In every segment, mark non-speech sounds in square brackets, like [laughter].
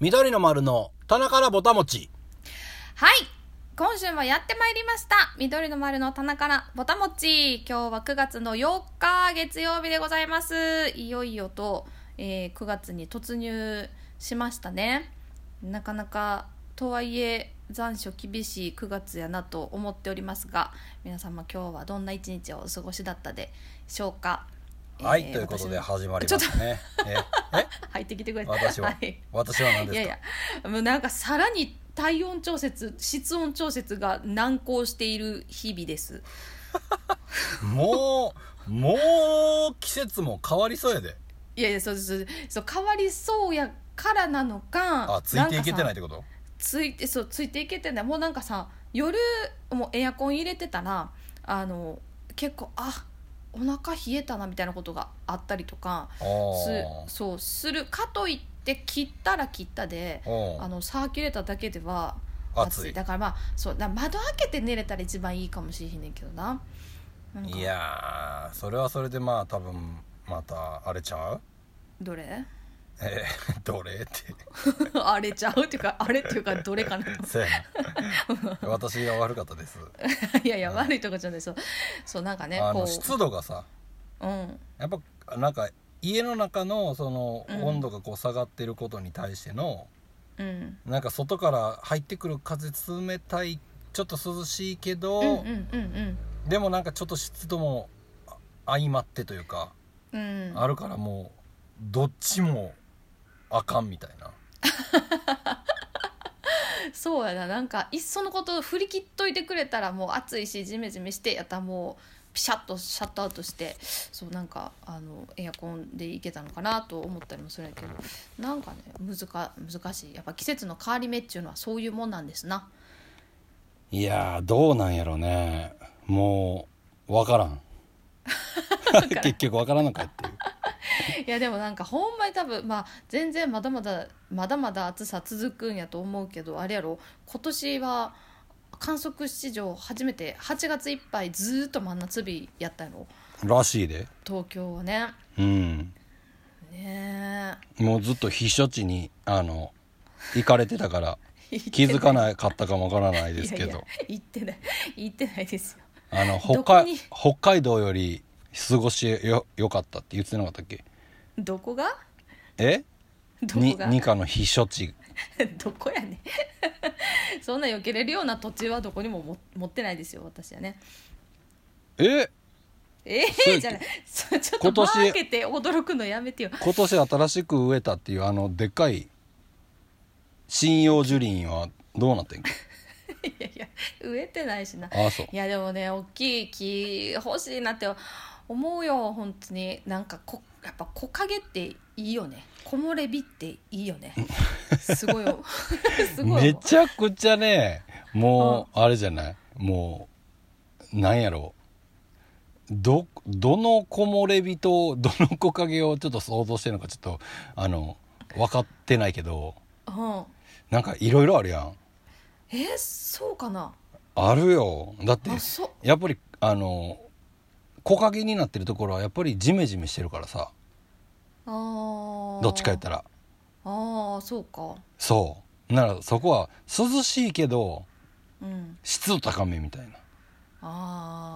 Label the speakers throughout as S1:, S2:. S1: 緑の丸の棚からぼたもち。
S2: はい今週もやってまいりました緑の丸の棚からぼたもち今日は9月の8日月曜日でございますいよいよと、えー9月に突入しましたねなかなかとはいえ残暑厳しい9月やなと思っておりますが皆様今日はどんな一日をお過ごしだったでしょうか
S1: はい、
S2: えー
S1: ということで
S2: 私
S1: 始まりましたね。え、え、
S2: の入ってきてくれた
S1: 私は、
S2: い
S1: 私は何ですか
S2: いやいやもうなんかさらに体温調節室温調節が難航している日々です
S1: もう、もう季節も変わりそうやで。
S2: いやいやそうそうそう変わりそうやからなのか
S1: あ、ついていけてないっ
S2: んかさ
S1: てこと
S2: ついてそうついていけてないもうなんかさ夜もうエアコン入れてたらあの結構あお腹冷えたなみたいなことがあったりとか
S1: あ
S2: す
S1: ー
S2: そうするかといって切ったら切ったであ
S1: あ
S2: のサーキュレーターだけでは
S1: ー。
S2: 暑い
S1: 暑い。
S2: だからまあそうだ窓開けて寝れたら一番いいかもしれへんねんけどななんか
S1: いやー、それはそれでまあ多分、またあれちゃう
S2: どれ [laughs]
S1: え [laughs] ー、どれって。
S2: あれちゃうっていうかあれっていうかどれかなと [laughs]
S1: そうやな。私が悪かったです。
S2: いやいや悪いとかじゃないそうそうなんかね
S1: あ
S2: こ
S1: の、
S2: う
S1: 湿度がさ、
S2: うん
S1: やっぱなんか家の中のその
S2: うん
S1: 温度がこう下がってることに対しての、
S2: うん
S1: なんか外から入ってくる風冷たいちょっと涼しいけど、
S2: うんうんうん
S1: でもなんかちょっと湿度もあ相まってというか、
S2: うんうん
S1: あるからもうどっちもあかんみたいな
S2: そうやななんかいっそのこと振り切っといてくれたらもう暑いしジメジメしてやったらもうピシャッとシャットアウトしてそうなんかあのエアコンでいけたのかなと思ったりもするんやけどなんかね難難しいやっぱ季節の変わり目っていうのはそういうもんなんですない
S1: やーどうなんやろねもうわからん結局わからんのかっていう
S2: いやでもなんかほんまに多分まあ全然まだまだまだまだ暑さ続くんやと思うけどあれやろ今年は観測史上初めて8月いっぱいずーっと真夏日やったやろ
S1: らしいで
S2: 東京はね
S1: うん
S2: ね
S1: もうずっと避暑地にあの行かれてた
S2: [laughs]
S1: から
S2: え
S1: 気づか
S2: い
S1: なかったかもわからないですけ
S2: いやいや
S1: ど
S2: 行ってない行ってないですよ
S1: あの
S2: ど
S1: 北
S2: こ
S1: 海
S2: に
S1: 北海道より過ごしよよかったって言ってなかったっけ
S2: どこが
S1: え
S2: ど
S1: に
S2: こが
S1: 二課の避暑地
S2: [laughs] どこやねそん [laughs] な避けれるような土地はどこにもも持ってないですよ私はね
S1: え
S2: え
S1: そう
S2: えじゃないそう [laughs] ちょっと
S1: 今
S2: 間
S1: 年
S2: 開けて驚くのやめてよ [laughs]
S1: 今年新しく植えたっていうあのでっかい針葉樹林はどうなってんか
S2: いやいや植えてないしな
S1: ああそう
S2: いやでもね大きい木欲しいなって思うよ本当になんかこやっぱ木陰っていいよね木漏れ日っていいよねすごいよ [laughs] すごい
S1: め
S2: よ
S1: ちゃくちゃねもうあれじゃないもうなんやろうどどの木漏れ日と [laughs] どの木陰をちょっと想像してるのかちょっとあの分かってないけど
S2: うん
S1: なんかいろいろあるやん
S2: えーそうかな
S1: あるよだって
S2: あそう
S1: やっぱりあの木陰になってるところはやっぱりジメジメしてるからさ
S2: あー
S1: どっちか言ったら
S2: ああそうか
S1: そうならそこは涼しいけど
S2: うん
S1: 湿度高めみたいな
S2: あ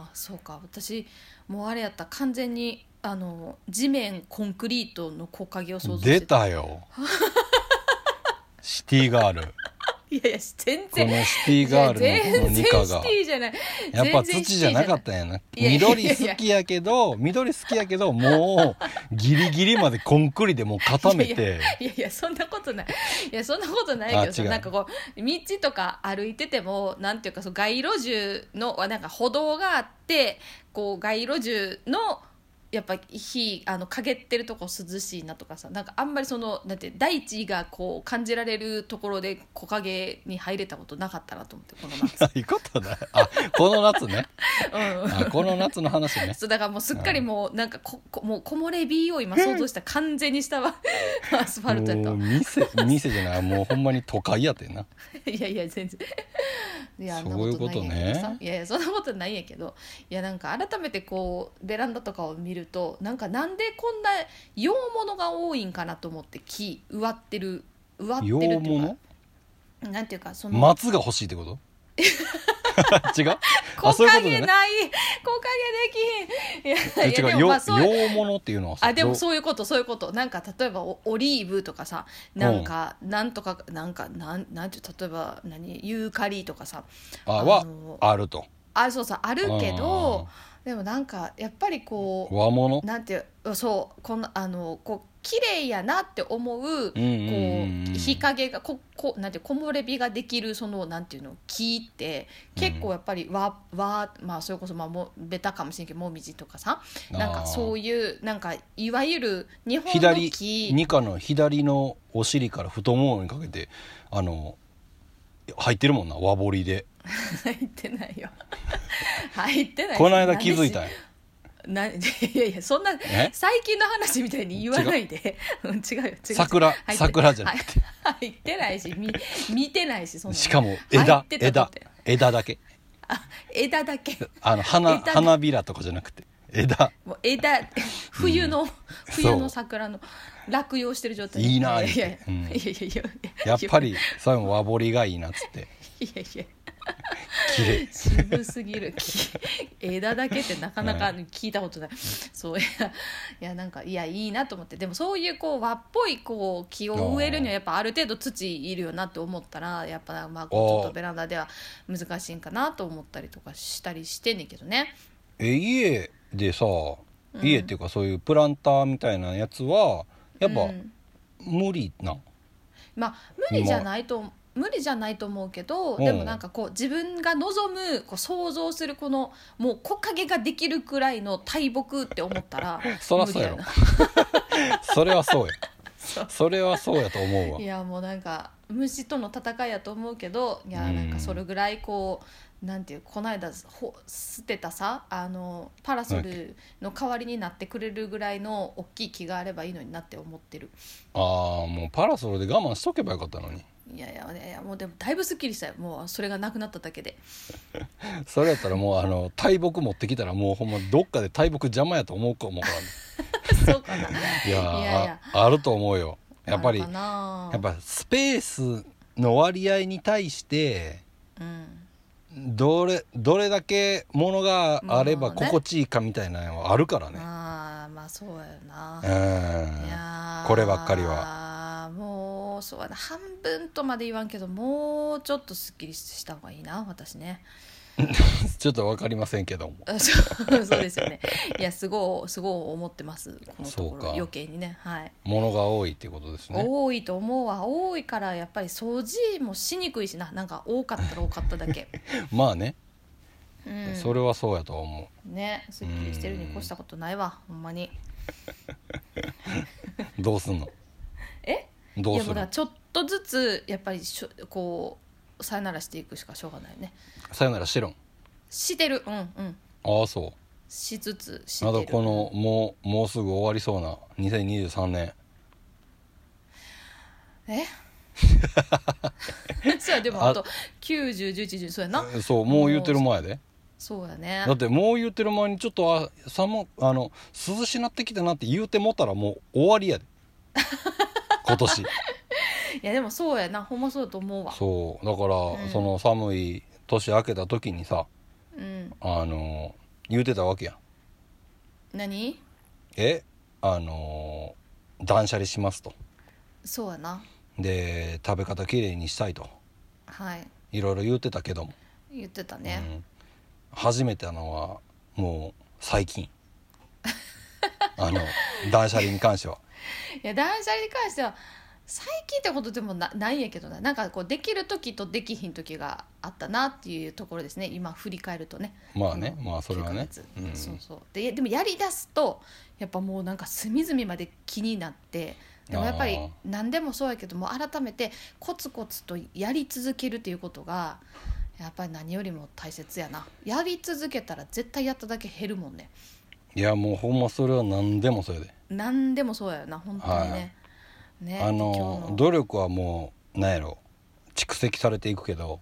S2: あそうか私もうあれやった完全にあの地面コンクリートの木陰を想像して
S1: 出た
S2: [laughs]
S1: よシティガールこ
S2: いやいや全
S1: の
S2: 然
S1: シティガール
S2: い
S1: の
S2: や
S1: この
S2: 全
S1: ニ
S2: 然
S1: カが
S2: シティじゃない
S1: やっぱ
S2: 全然
S1: 土じゃなかったんやな
S2: ティじゃない
S1: 緑好きやけど緑好きやけどもうギリギリまでコンクリでもう固め [laughs]
S2: い
S1: て
S2: いやいやそんなことないいやそんなことないけど
S1: あ
S2: さ
S1: 違う
S2: なんかこう道とか歩いててもなんていうかそう街路樹のなんか歩道があってこう街路樹のやっぱ日あの陰ってるとこ涼しいなとかさなんかあんまりそのなんて大地がこう感じられるところで木陰に入れたことなかったなと思ってこの夏
S1: そういうことだあこの夏ね
S2: うん
S1: あこの夏の話ね
S2: そうだからもうすっかりもうなんかここもう木漏れ日を今想像した完全に下はアスファルトやった
S1: もう
S2: わ
S1: 店店じゃないもうほんまに都会やってん
S2: [laughs]
S1: ない
S2: やいや全然いや
S1: そういうことね
S2: あんなないんやけどさいやいやそんなことないんやけどいやなんか改めてこうベランダとかを見るとなんかなんでこんな洋物が多いんかなと思って木植わってるうわってる
S1: 洋
S2: っていう
S1: 物
S2: かなんていうかその
S1: 松が欲しいってこと
S2: [laughs]
S1: 違うあ
S2: 木
S1: そういうことね
S2: 陰ない木陰できひんいやい
S1: え
S2: や
S1: 違う
S2: でも
S1: よ
S2: まあそういう
S1: 洋物っていうのはさ
S2: あでも
S1: ど
S2: そういうことそういうことなんか例えばオオリーブとかさなんか、なんとかなんかなんなんていう例えば何ユーカリとかさ
S1: あ
S2: あ
S1: は
S2: の
S1: あると
S2: あそうそうあるけどでもなんかやっぱりこう
S1: 和物
S2: なんていうそうこのあのこう綺麗やなって思う,、
S1: うんうんうん
S2: こう日陰がここなんていう木漏れ日ができるそのなんていうの木って結構やっぱりわ、わまあそれこそまあもベタかもしれんけどもみじとかさなんかそう
S1: いう
S2: いうなんかいわゆる日本の
S1: 左
S2: 木
S1: ニカの左のお尻から太ももにかけてあの入ってるもんな和彫りで
S2: [laughs] 入ってないよ入ってない
S1: この間気づいたんや
S2: なん [laughs] でしないやいやそんな
S1: え
S2: 最近の話みたいに言わないでうん違うよ違う
S1: 桜
S2: 入って
S1: 桜じゃなくて
S2: はい入ってない
S1: [laughs]
S2: し見見てないしそんなの
S1: しかも
S2: 入
S1: 枝
S2: って
S1: 枝
S2: たとて
S1: 枝だけ
S2: あ枝だけ
S1: あの花
S2: 枝
S1: 花びらとかじゃなくて枝
S2: もう枝冬の、冬の桜の落葉してる状態
S1: いいなあ
S2: やいやいや、
S1: うん
S2: いやいやいや
S1: やっ
S2: [laughs]
S1: ぱりそれも和彫りがいいなっつって
S2: いやいや
S1: 綺麗
S2: 渋すぎるき枝だけってなかなか聞いたことない、そういやいやなんかいやいいなと思ってでもそういうこう和っぽいこう木を植えるにはやっぱある程度土いるよなって思ったらやっぱまあこうちょっとベランダでは難しいんかなと思ったりとかしたりしてんねんけどね
S1: え家でさ家っていうかそういうプランターみたいなやつはやっぱ
S2: うん
S1: 無理なん
S2: まあ無理じゃないと無理じゃないと思うけど
S1: うん
S2: でもなんかこう自分が望むこう想像するこのもう木陰ができるくらいの大木って思ったら
S1: そらそうやろ
S2: 無理な
S1: それはそうや
S2: [laughs] そう
S1: それはそうやと思うわ
S2: いやもうなんか虫との戦いやと思うけどいや
S1: うん
S2: なんかそれぐらいこうなんていうこの間ほ捨てたさあのパラソルの代わりになってくれるぐらいの大きい木があればいいのになって思ってる
S1: ああもうパラソルで我慢しとけばよかったのに
S2: いやいやいやいやもうでもだいぶすっきりしたよもうそれがなくなっただけで
S1: それやったらもうあの大木持ってきたらもうほんまどっかで大木邪魔やと思うか思うから、ね、
S2: そうかない
S1: やー
S2: いやいや
S1: ああると思うよやっぱり
S2: あるかな
S1: やっぱスペースの割合に対して
S2: うん
S1: どれどれだけものがあれば
S2: ものね
S1: 心地いいかみたいなのはあるからね。
S2: まあまあそうやな
S1: うん
S2: いやー
S1: こればっかり
S2: もうそうやな半分とまで言わんけどもうちょっとすっきりした方がいいな私ね
S1: [laughs]
S2: [laughs]
S1: ちょっとわかりませんけども。
S2: あそう [laughs] そうですよねいやすごいすごい思ってますこのとこ
S1: そう
S2: ろ
S1: か
S2: 余計にねはい
S1: ものが多いっていうことですね。
S2: 多いと思うわ多いからやっぱり掃除もしにくいしななんか多かったら多かった
S1: [laughs]
S2: だけ、
S1: まあね、
S2: うん、
S1: それはそうやと思
S2: ねすっきりしてるに越したことないわほんまに
S1: う。どうすんの？
S2: え
S1: ど
S2: いうや
S1: す
S2: もうだか
S1: る
S2: ら？ちょっとずつやっぱりしょこうさよならしていくしかしょうがないよね
S1: さよならしてるん。
S2: してるうんうん
S1: ああそ
S2: しつつし
S1: う。まだ
S2: てる
S1: このもうもうすぐ終わりそうな2023年。 [laughs]
S2: えそうやでも
S1: あ
S2: あと9011そうやな
S1: そうもう言ってる前で。
S2: そうやね
S1: だってもう言ってる前にちょっとあ寒あの涼しなってきたなって言うてもたらもう終わ
S2: [laughs]
S1: りやで。今年。
S2: いやでもそうやなほんまそうだと思うわ
S1: そうだから、
S2: ん
S1: その寒い年明けた時にさ
S2: うん
S1: あの言うてたわけやん
S2: 何
S1: えあの断捨離しますと
S2: そうやな
S1: で食べ方きれいにしたいと
S2: はい
S1: いろいろ言うてたけども、
S2: 言ってた
S1: う
S2: ね、
S1: ん、初めてのはもう最
S2: [laughs]
S1: 近あの断捨離に関してはい
S2: や断捨離に関しては最近ってことでもなないんやけどななんかこうできる時とできひん時があったなっていうところですね今振り返るとね
S1: まあね
S2: この
S1: まあそれはね
S2: 9ヶ月
S1: うん
S2: そうそうででもやりだすとやっぱもうなんか隅々まで気になってでもやっぱり
S1: あー
S2: 何でもそうやけども改めてコツコツとやり続けるっていうことがやっぱり何よりも大切やなやり続けたら絶対やっただけ減るもんね
S1: いやもうほんまそれは何でもそれで、
S2: 何でもそうやよな本当にね、ね
S1: あ
S2: 今日
S1: の努力はもうなんやろ蓄積されていくけど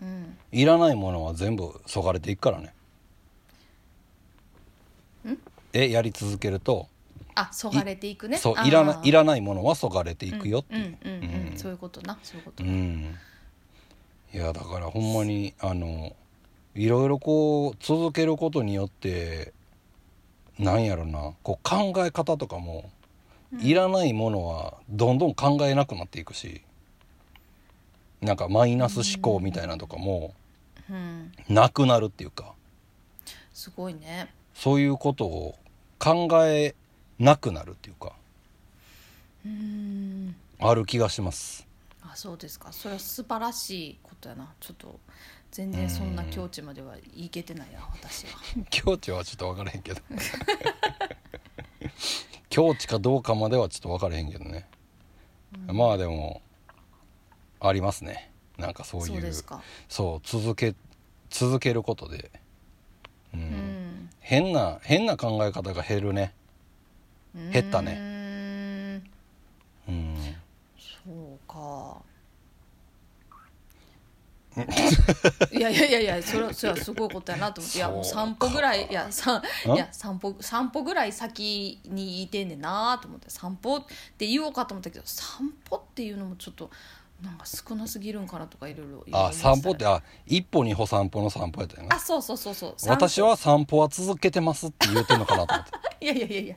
S2: うん
S1: いらないものは全部そがれていくからねえやり続けると
S2: あそがれていくね
S1: そう
S2: あー
S1: いらないらないものはそがれていくよっていう、
S2: うんうんうん、う、
S1: うんん
S2: そういうことなそういうこと
S1: う
S2: な、
S1: ん、いやだからほんまにあのいろいろこう続けることによってなんやろなこう考え方とかも、
S2: うん
S1: いらないものはどんどん考えなくなっていくしなんかマイナス思考みたいなのとかも
S2: うん、
S1: なくなるっていうか
S2: すごいね
S1: そういうことを考えなくなるっていうか
S2: うん
S1: ある気がします。
S2: あそうですかそれは素晴らしいことやなちょっと全然そんな境地まではいけてないな私は
S1: 境地はちょっと分からへんけど境地かどうかまではちょっと分からへんけどね、まあでもありますねなんかそういう
S2: そうですか
S1: そう続け続けることで、うん
S2: うん
S1: 変な変な考え方が減るね減ったね
S2: ね
S1: うん
S2: そうか [laughs] いやいやいやいやそれはそれはすごいことやなと思っていやもう
S1: そうか
S2: 3歩ぐらいいやさい
S1: ん
S2: や散歩散歩ぐらい先にいてんねんなと思って散歩って言おうかと思ったけど散歩っていうのもちょっとなんか少なすぎるんかなとかいろいろ
S1: あ散歩って
S2: あ
S1: あ一歩二歩散歩の散歩やったよ
S2: あ
S1: な
S2: そうそうそうそう散歩
S1: 私は散歩は続けてますって言うてんのかなと思っ
S2: [laughs] いやいやいやい [laughs] や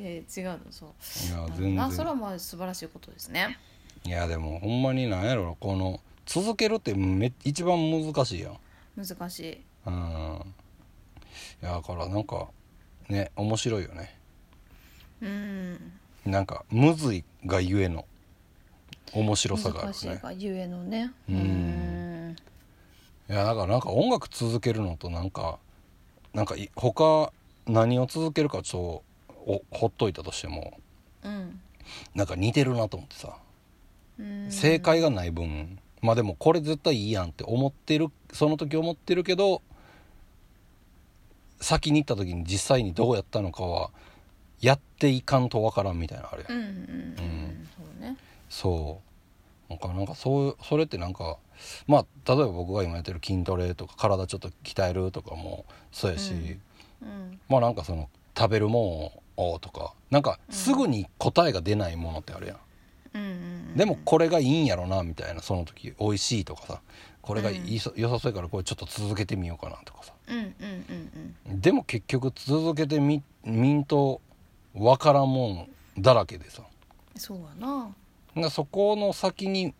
S2: いやいや違うのそう
S1: ていや全
S2: あそれ
S1: 然
S2: はまあ素晴らしいことですね
S1: いやでもほんまになんやろなこの続けるってめ一番難しいやん
S2: 難しい
S1: うんいやだからなんかね面白いよね
S2: うん
S1: なんかむずいがゆえの面白さがある
S2: 難
S1: ね
S2: しいがゆえのね
S1: うん
S2: うん
S1: いやだからなんか音楽続けるのとなんかなんかい他何を続けるかちょっとおほっといたとしても
S2: うん
S1: なんか似てるなと思ってさ、
S2: うん
S1: 正解がない分まあでもこれ絶対いいやんって思ってるその時思ってるけど先に行った時に実際にどうやったのかはやっていかんとわからんみたいなのあるやん
S2: うんうんうんそうね
S1: そうなんかなんかそうそれってなんかまあ例えば僕が今やってる筋トレとか体ちょっと鍛えるとかもそうやし、
S2: うんうん
S1: まあなんかその食べるもんをとかなんかすぐに答えが出ないものってあるやん、
S2: うんうん
S1: でもこれがいいんやろなみたいなその時美味しいとかさこれがいいそ良さそうやからこれちょっと続けてみようかなとかさ
S2: うんうんうん
S1: でも結局続けてみみんとわからんもんだらけでさ
S2: うんそうやな
S1: なそこの先に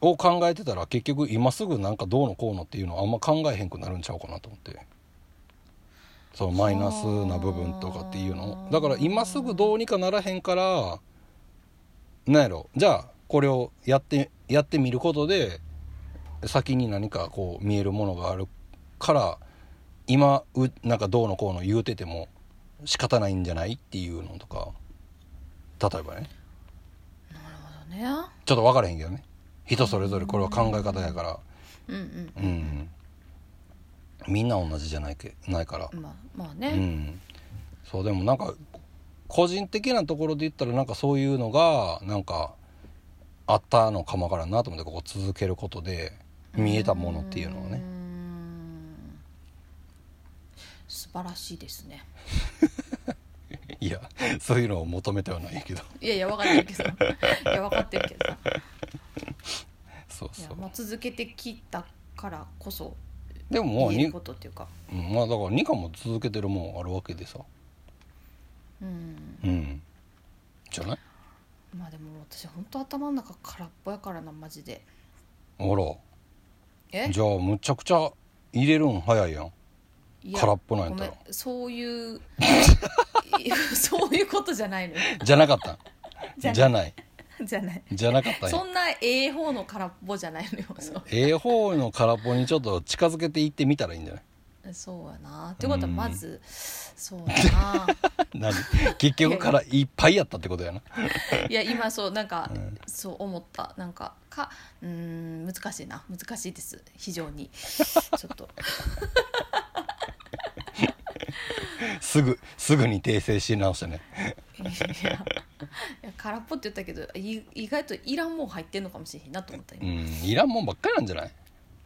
S1: を考えてたら結局今すぐなんかどうのこうのっていうのはあんま考えへんくなるんちゃうかなと思ってそのマイナスな部分とかっていうの
S2: は
S1: を
S2: あ
S1: だから今すぐどうにかならへんからなんやろじゃあこれをやってやってみることで先に何かこう見えるものがあるから今うなんかどうのこうの言うてても仕方ないんじゃないっていうのとか例えばね
S2: なるほどね
S1: ちょっと分からへんけどね人それぞれこれは考え方やから
S2: うんうん
S1: うんみんな同じじゃないけないから
S2: まあまあ
S1: う
S2: ね、
S1: んそうでもなんか個人的なところで言ったらなんかそういうのがなんかあったのかもわからんなと思ってここ続けることで見えたものっていうのを
S2: うー
S1: ね
S2: ん素晴らしいですね
S1: いやそういうのを求めてはないけど
S2: いやいや分かってるけどさ
S1: [laughs]
S2: いや分かってるけどさ
S1: そう
S2: いや
S1: そう
S2: まあ続けてきたからこそ
S1: でももう
S2: 言え
S1: に
S2: る、ことっていうか
S1: うんまあ、だから2巻も続けてるもんあるわけでさ
S2: うん
S1: うんじゃない
S2: まあでも私本当頭の中空っぽやからなマジで
S1: ほら
S2: え
S1: じゃあむちゃくちゃ入れるん早いやん
S2: いや
S1: 空っぽなんや
S2: ご
S1: った
S2: め
S1: ら
S2: んそういう [laughs] いやそういうことじゃないのよ [laughs]
S1: じゃなかったん [laughs] じゃない
S2: じゃない
S1: じゃなかったん
S2: そ
S1: や
S2: んなええ方の空っぽじゃないのよそう
S1: ええ方の空っぽにちょっと近づけていってみたらいいんじゃない [laughs]
S2: そうやなってことはまずそうやな
S1: 何結局からいっぱいやったってことやない [laughs]
S2: や今そうなんか、そう思ったなんかかうーん難しいな難しいです非常にちょっと
S1: すぐすぐに訂正し直してね
S2: いやいや空っぽって言ったけどい意外といらんもん入ってんのかもしれへんなと思った
S1: う
S2: 今
S1: んいらんもんばっかりなんじゃない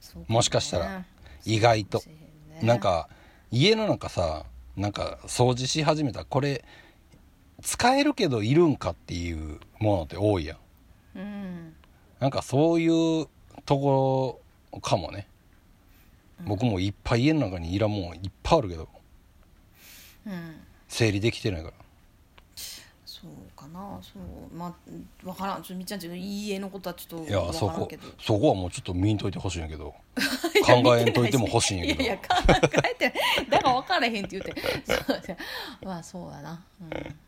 S2: そう
S1: もしかしたら
S2: ね
S1: 意外と
S2: そうかもしれへね
S1: なんか家の中さなんか掃除し始めたらこれ使えるけどいるんかっていうものって多いやん
S2: うん
S1: なんかそういうところかもね僕もいっぱい家の中にいらんもんいっぱいあるけど
S2: うん
S1: 整理できてないから
S2: そうかなそうまあわからんちょっとみっちゃんちの家のことはちょっ
S1: い
S2: と
S1: や
S2: わか
S1: そ
S2: らん
S1: こ
S2: けど [laughs]
S1: そこはもうちょっと見んといてほしいんやけど考えんといても欲しいんやけど
S2: いやいや考えてないだから分からへんって言うてそうやまあそうだな、うん、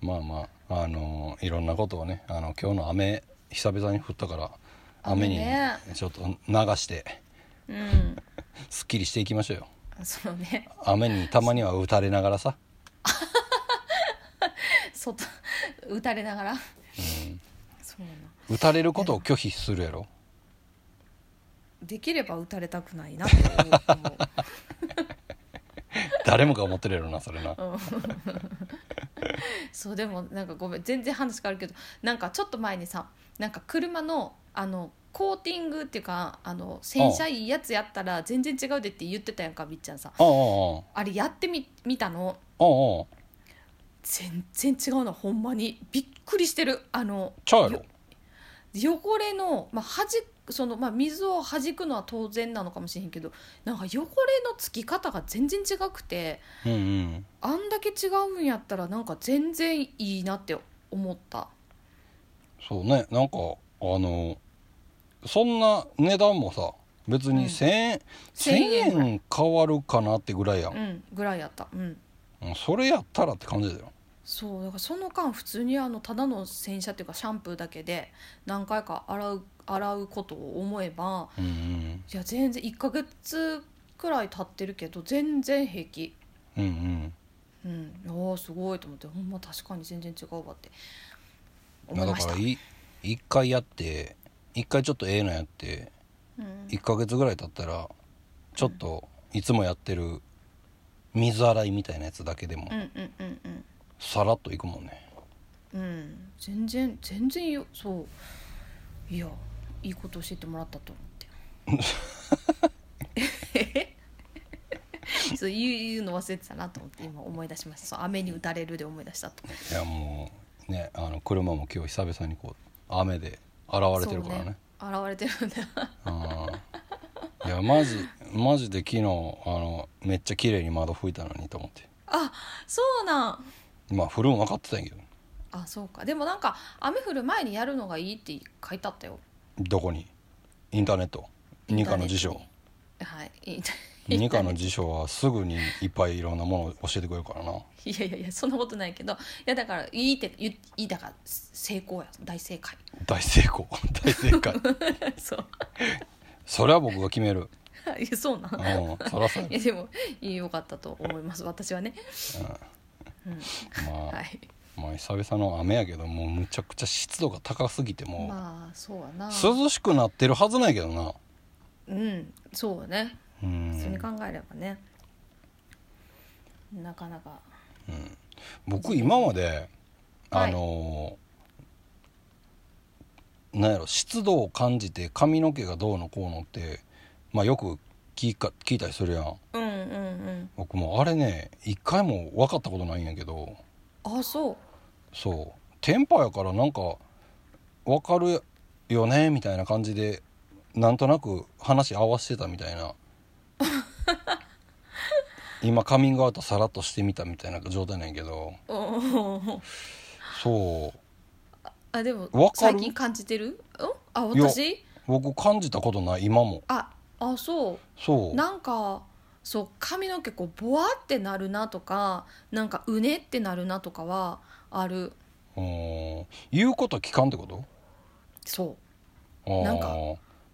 S1: まあまああのーいろんなことをねあの今日の雨久々に降ったから雨に
S2: 雨ね
S1: ちょっと流して
S2: うん、
S1: すっきりしていきましょうよ
S2: そうね
S1: 雨にたまには打たれながらさ、
S2: 外 [laughs] 打たれながら
S1: うん
S2: そうやな
S1: 打たれることを拒否するやろ
S2: できれば打たれたくないなって思う
S1: 誰もが思ってるやろなそれな
S2: [laughs] そうでもなんかごめん全然話変わるけどなんかちょっと前にさなんか車のあのコーティングっていうかあの洗車いいやつやったら全然違うでって言ってたやんかみっちゃんさ
S1: おうんうん
S2: あれやってみ見たの
S1: おうんうん
S2: 全然違うなほんまにびっくりしてるあの
S1: ちゃうやろ
S2: 汚れの、まあ、はじそのまあ、水をはじくのは当然なのかもしれへんけどなんか汚れのつき方が全然違くて
S1: うんうん
S2: あんだけ違うんやったらなんか全然いいなって思った
S1: そうねなんかあのそんな値段もさ別
S2: うん
S1: に1,000円、
S2: 1000
S1: 1,000
S2: 円
S1: 円変わるかなってぐらいや、
S2: うんんぐらいやったうん
S1: うんそれやったらって感じだよ
S2: そうだからその間普通にあのただの洗車っていうかシャンプーだけで何回か洗う洗うことを思えば
S1: うんうん
S2: いや全然1ヶ月くらい経ってるけど全然平気
S1: うんうん
S2: うんいやーすごいと思ってほんま確かに全然違うわって
S1: ま
S2: 思
S1: あ
S2: い
S1: だ
S2: まし
S1: か
S2: た
S1: らい一回やって一回ちょっとええのやって
S2: うん
S1: 1ヶ月ぐらい経ったらちょっといつもやってる水洗いみたいなやつだけでも
S2: うんうんうんうん
S1: さらっといくもんね
S2: うん全然全然よそういやいいこと教えてもらったと思
S1: [laughs]
S2: ってそう言う言うの忘れてたなと思って今思い出しましたそう雨に打たれるで思い出したと
S1: いやもうねあの車も今日久々にこう雨で現れてるからね
S2: そう現れてるんだ [laughs]
S1: うんいやマジマジで昨日あのめっちゃ綺麗に窓拭いたのにと思って
S2: あそうなん
S1: まあ降るん分かってたんやけど
S2: あそうかでもなんか雨降る前にやるのがいいって書いてあったよ
S1: どこにインターネット二課の辞書
S2: はいいい
S1: 二課の辞書はすぐにいっぱいいろんなものを教えてくれるからない
S2: [laughs] やいやいやそんなことないけどいやだからいいって言いだから成功や大
S1: [laughs]
S2: 正解
S1: 大成功大正解
S2: そう
S1: それは僕が決める
S2: [laughs] いやそうなん
S1: うんそらそう
S2: [laughs] い
S1: や
S2: やでもいいよかったと思います私はね、
S1: まあ、
S2: はい
S1: まあ久々の雨やけどもうむちゃくちゃ湿度が高すぎてもう、
S2: まあそうやな
S1: 涼しくなってるはずないけどな
S2: うんそうね
S1: う
S2: 普通に
S1: ん
S2: 考えればね、なかなか
S1: 僕今まであのーなんやろ湿度を感じて髪の毛がどうのこうのってまあよく聞いか聞いたりするやん
S2: うんうん
S1: 僕もあれね一回も分かったことないんやけど
S2: うんあそう [laughs]
S1: そうテンパやからなんか分かるよねみたいな感じでなんとなく話合わせてたみたい
S2: [laughs]
S1: な今カミングアウトさらっとしてみたみたいな状態なんやけど
S2: うんうんうん
S1: そう
S2: あでも
S1: わかる
S2: 最近感じてるんあ私
S1: 僕感じたことない今も
S2: ああそう
S1: そう
S2: なんかそう髪の毛こうボワってなるなとかなんかうねってなるなとかはある
S1: うーん言うこと聞かんってこと
S2: そう
S1: あー
S2: なんか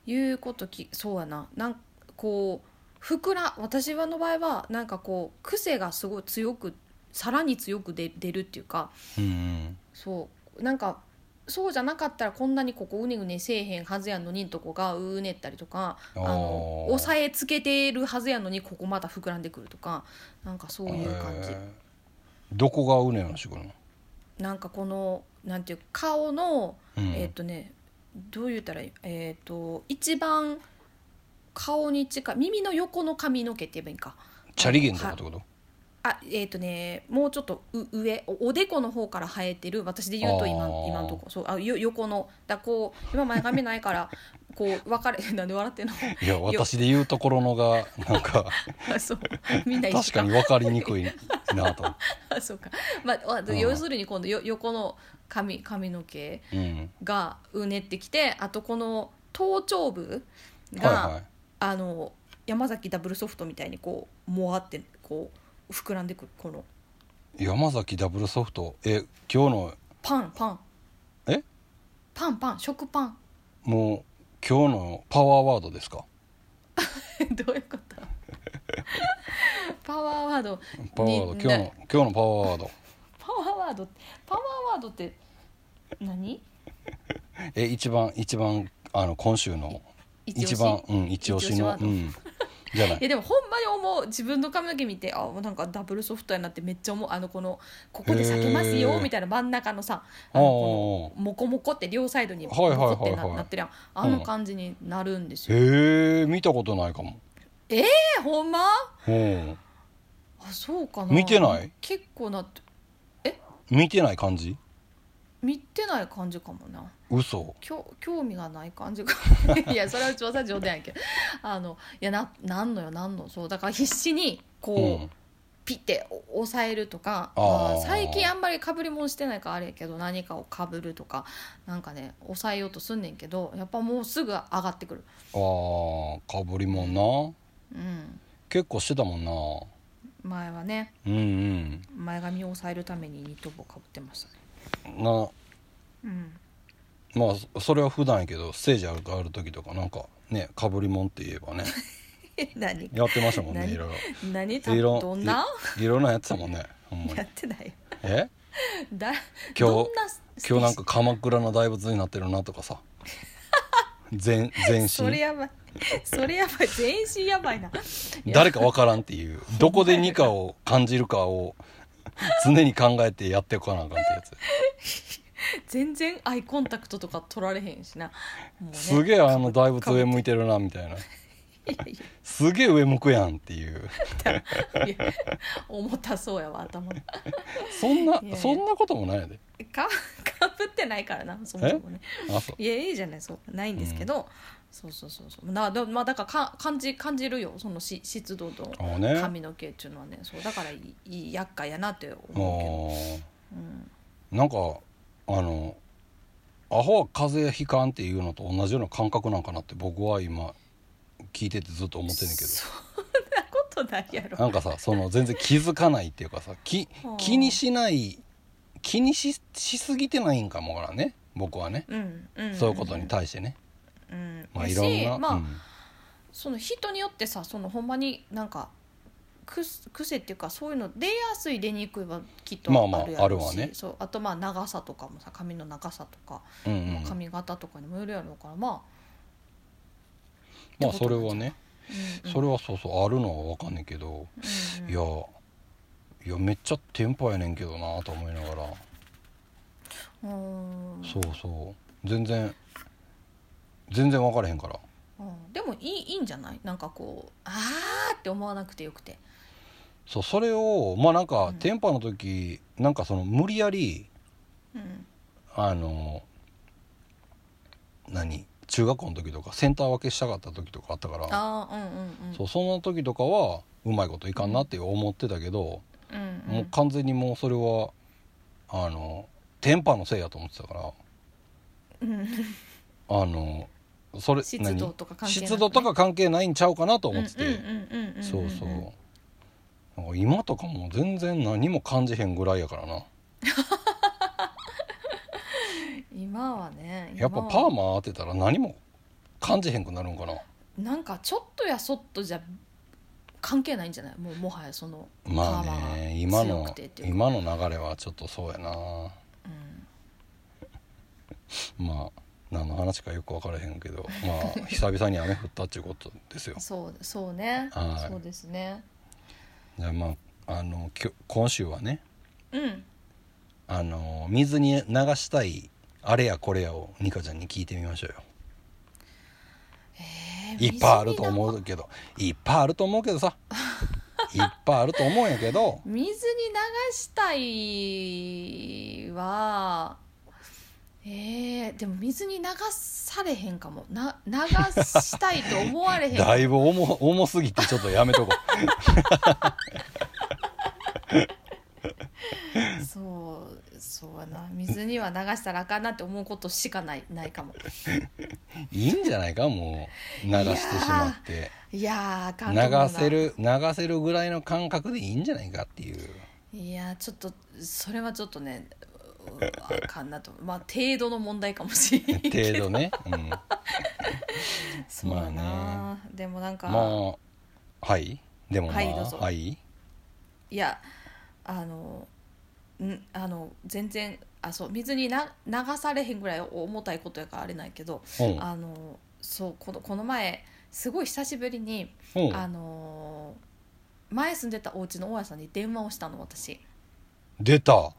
S2: いうこときそうやななんこう膨ら私はの場合はなんかこう癖がすごい強くさらに強く出出るっていうか
S1: うん
S2: そうなんかそうじゃなかったらこんなにここうねうねせえへんはずやのにんとこがうねったりとか
S1: あ
S2: あ
S1: ー
S2: の抑えつけてるはずやのにここまた膨らんでくるとかなんかそう
S1: うん
S2: いう感じ
S1: え。ーどこがうねんの仕事なの
S2: なんかこのなんていう顔の、
S1: うん
S2: えーっ、とねどう言ったらいいえーっ、と一番顔に近い耳の横の髪の毛って言えばいいんか
S1: チャリゲンとかってこと
S2: ああえっ、とねもうちょっとう上おおでこの方から生えてる私で言うと今
S1: あー
S2: 今のとこそうあよ横のだこう今前髪ないから [laughs] こう分かれ [laughs] なんで笑ってんの
S1: いや私で言うところのがなんか
S2: あそうみんな一
S1: 確
S2: 緒
S1: かに分かりにくいな
S2: [laughs]
S1: と思っ
S2: あそうか、まああ、
S1: うん
S2: 要するに今度よ横の髪髪の毛
S1: て、うん、
S2: がうねってきてあとこの頭頂部が、
S1: はいはい
S2: あの山崎ダブルソフトみたいにこうもわってこう膨らんでくるこの
S1: 山崎ダブルソフトえ今日の
S2: パンパン
S1: え
S2: パンパン食パン [laughs]
S1: もう今日のパワーワードですか
S2: どういうことパワーワード
S1: パワーワード今
S2: に
S1: 日の今日のパワーワード
S2: パワーワードってパワーワードって何
S1: え一番一番あの今週の
S2: 押し
S1: 一番うん一押しの
S2: 一押しワー
S1: う
S2: ド
S1: んじゃない
S2: [laughs] いやでもほんまに思う自分の髪の毛見てあもうなんかダブルソフトやなってめっちゃ思うあのこのここで避けます
S1: へ
S2: よ
S1: ー
S2: みたいな真ん中のさ
S1: ああ
S2: あのこのモコモコって両サイドにモ
S1: はいはいはいは
S2: コ
S1: い
S2: ってななってるやんあの感じになるんですよ、
S1: へえ見たことないかも
S2: えほんま
S1: うん
S2: あそうかな
S1: 見てない
S2: 結構なって
S1: 見てない感じ
S2: 見てない感じかもな
S1: 嘘
S2: きょ興味がない感じが
S1: [laughs]
S2: いやそれはうちはさ冗談やけどあのいやななんのよなんのそうだから必死にこ
S1: う
S2: う、
S1: ん
S2: ピッて押さえるとか
S1: あー
S2: まあ最近あんまりかぶり物してないからあれやけど何かをかぶるとかなんかね押さえようとすんねんけどやっぱもうすぐ上がってくる
S1: あーかぶりもんな
S2: うん
S1: 結構してたもんな
S2: 前はね
S1: うん
S2: 前髪を押さえるためにニット帽かぶってましたね
S1: うんな
S2: うん [laughs]
S1: まあそそれは普段やけどステージ上がる時とかなんかねかぶりもんって言えばね
S2: え何
S1: やってましたもんね
S2: [laughs] 何
S1: いろい
S2: 何た
S1: ろいろ
S2: どんない
S1: いろんなやつだもんねほんま
S2: [laughs] や
S1: に
S2: ってないよ
S1: え
S2: だ
S1: 今日
S2: どんなステージ
S1: 今日なんか鎌倉の大仏になってるなとかさ全全
S2: それ
S1: 身
S2: やばい [laughs] それやばい全身やばいな
S1: 誰かわからんっていうどこで二かを感じるかを常に考えてやっておかなあかんってやつ
S2: 全然アイコンタクトとか取られへんしなもうね
S1: すげえあの大仏上向いてるなみたいない
S2: やいや
S1: すげえ上向くやんっていう
S2: いや重たそうやわ頭が
S1: そんない
S2: やいや
S1: そんなこともないで
S2: か [laughs] かぶってないからなそもそもね
S1: あそう
S2: いやいいじゃないそうないんですけど、そうそうそうそうなだ,、まあ、だからか感じ感じるよそのし湿度と
S1: ああね
S2: 髪の毛っていうのはねそうだからいいいい厄介やなって思う
S1: も
S2: けど、うん、
S1: うなんかあのアホは風邪ひかんっていうのと同じような感覚なんかなって僕は今聞いててずっと思ってんねんけど
S2: そんなことないやろ
S1: なんかさその全然気づかないっていうかさ
S2: [laughs]
S1: き
S2: あー
S1: 気にしない気にししすぎてないんかもからね僕はね、
S2: うんうん、
S1: そういうことに対してね、
S2: うん、
S1: まあ、
S2: や
S1: い
S2: し
S1: ろんな、
S2: まあ
S1: うん
S2: その人によってさそのほんまになんかくす癖っていうかそういうの出やすい出にくいはきっと
S1: まあまあ
S2: あるやろうし、
S1: あるわね
S2: そうあとまあ長さとかもさ髪の長さとか、
S1: うんう
S2: まあ
S1: ん
S2: 髪型とかにもよるやろうからま
S1: まあそれはね
S2: あ、うんうん
S1: それはそうそうあるのは分かんねんけど、
S2: うんうん
S1: いやいやめっちゃテンパやねんけどなと思いながら、
S2: うーん
S1: そうそう全然全然分からへんから
S2: うんでもいいいいんじゃないなんかこうあーって思わなくてよくて
S1: そうそれをまあなんか、
S2: うん
S1: テンパの時なんかその無理やり
S2: うん
S1: あの何中学校の時とかセンター分けしたかった時とかあったから
S2: あーうんうんうん
S1: そうそんな時とかはうまいこといかんなって思ってたけど、
S2: うんうん
S1: もう完全にもうそれはあのテンパのせいやと思ってたから
S2: うん
S1: あのそれ
S2: [laughs] 湿度とか関係なくね
S1: 湿度とか関係ないんちゃうかなと思ってて、
S2: うんうんうんうんんん
S1: そうそうなんか今とかもう全然何も感じへんぐらいやからな
S2: 今はね
S1: やっぱ
S2: 今は
S1: パーマ当てたら何も感じへんくなるんかな
S2: なんかちょっとやそっとじゃ関係ないんじゃないもうもはやその
S1: まあ
S2: パーマが
S1: ね今
S2: 強
S1: の
S2: くてっていうか
S1: 今の流れはちょっとそうやな
S2: うん
S1: まあ何の話かよく分からへんけどま
S2: [laughs]
S1: あ久々に雨降ったっていうことですよ
S2: そうそうね
S1: はい
S2: そうですね
S1: じゃあまああのきょ今週はね
S2: うん
S1: あの水に流したいあれやこれやをニカちゃんに聞いてみましょうよ
S2: えー [laughs]
S1: いっぱいあると思うけどいっぱいあると思うけどさいっぱいあると思うんやけど
S2: 水に流したいはえー、でも水に流されへんかも
S1: [laughs]
S2: な流したいと思われへん
S1: だいぶ重重すぎてちょっとやめとこう
S2: そうそうやな水には流したらあかんなって思うことしかないないかも
S1: いいんじゃないかもう流してしまって
S2: いやーあかん
S1: 流
S2: と思うな
S1: せる流せるぐらいの感覚でいいんじゃないかっていう
S2: いやーちょっとそれはちょっとねううあかんなとまあ程度の問題かもしれんけど
S1: [laughs] 程度ね、うん、
S2: そうだな、
S1: ま
S2: でもなんか、
S1: まあはいでもまあ
S2: はいどうぞ
S1: はい
S2: いやあのんあの全然あそう水にな流されへんぐらい重たいことやからあれないけど
S1: うん
S2: あのそうこのこの前すごい久しぶりに
S1: うん
S2: あの前住んでたお家の大家さんに電話をしたの私
S1: 出た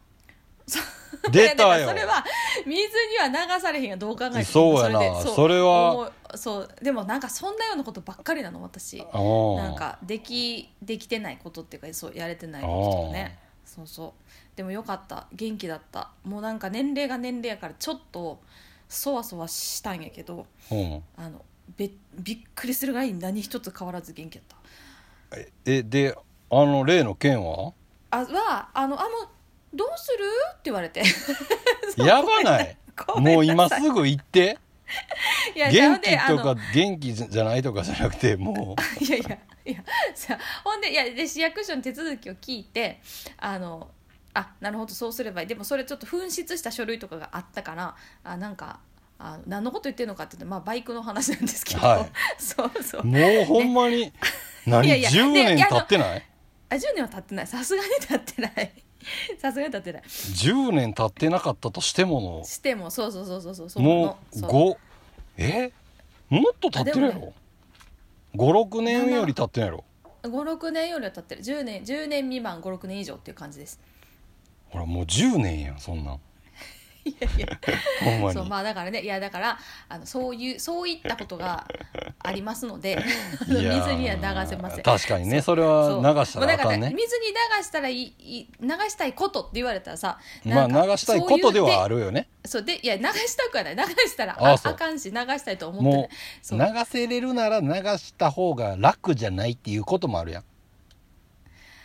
S1: [laughs] 出た
S2: いやだから
S1: よ
S2: それは水には流されへんやどう考えても
S1: そうやな
S2: で
S1: それは
S2: 思うそうでもなんかそんなようなことばっかりなの私
S1: うん
S2: なんかできできてないことっていうかそうやれてないこととかねそうそうでもよかった元気だったもうなんか年齢が年齢やからちょっとそわそわしたんやけど
S1: うん
S2: あのべびっくりするぐらい何一つ変わらず元気やった
S1: えであの例の件は
S2: あはあのあもうどうするって言われて
S1: やばない
S2: [laughs] ごめん
S1: もう今
S2: さい
S1: すぐ行って
S2: いや
S1: 元気
S2: な
S1: と
S2: んで
S1: か
S2: あの
S1: 元気じゃないとかじゃなくてもう
S2: [laughs] いやいやいやさほんでいやで市役所の手続きを聞いてあのあなるほどそうすればいいでもそれちょっと紛失した書類とかがあったからあなんかあ何のこと言ってるのかって言って、まあ、バイクの話なんですけど、
S1: は
S2: [laughs] そうそう
S1: もうほんまに何
S2: いやいや
S1: 10
S2: でい
S1: 年
S2: や
S1: 経ってない
S2: あ10年は経ってないさすがに経ってない [laughs] さすがに経ってない
S1: 10年経ってなかったとしても
S2: してもそうそうそうそうそうそ
S1: の
S2: うなの
S1: もう
S2: そう
S1: 5えもっと経ってるや
S2: でも
S1: ろ56年より経ってないやろ
S2: 56年よりは経ってる10年10年未満56年以上っていう感じです
S1: ほらもう10年やんそんなん
S2: いやいや
S1: ほんま
S2: そう
S1: に
S2: まあだからねいやだからあのそういうそういったことがありますのであの
S1: いやー
S2: [laughs] 水には流せません
S1: 確かにね
S2: そ
S1: そ
S2: う
S1: れは流したらあかん
S2: もうだから
S1: ね
S2: 水に流したらいいいい流したいことって言われたらさ
S1: まあ
S2: なんか
S1: 流したいことではあ
S2: る
S1: るよね
S2: そうでいや流したくはない流したら
S1: あ
S2: あ
S1: そう
S2: あかんし流したいと思ってない
S1: もう
S2: そう
S1: 流せれるなら流した方が楽じゃないっていうこともあるやん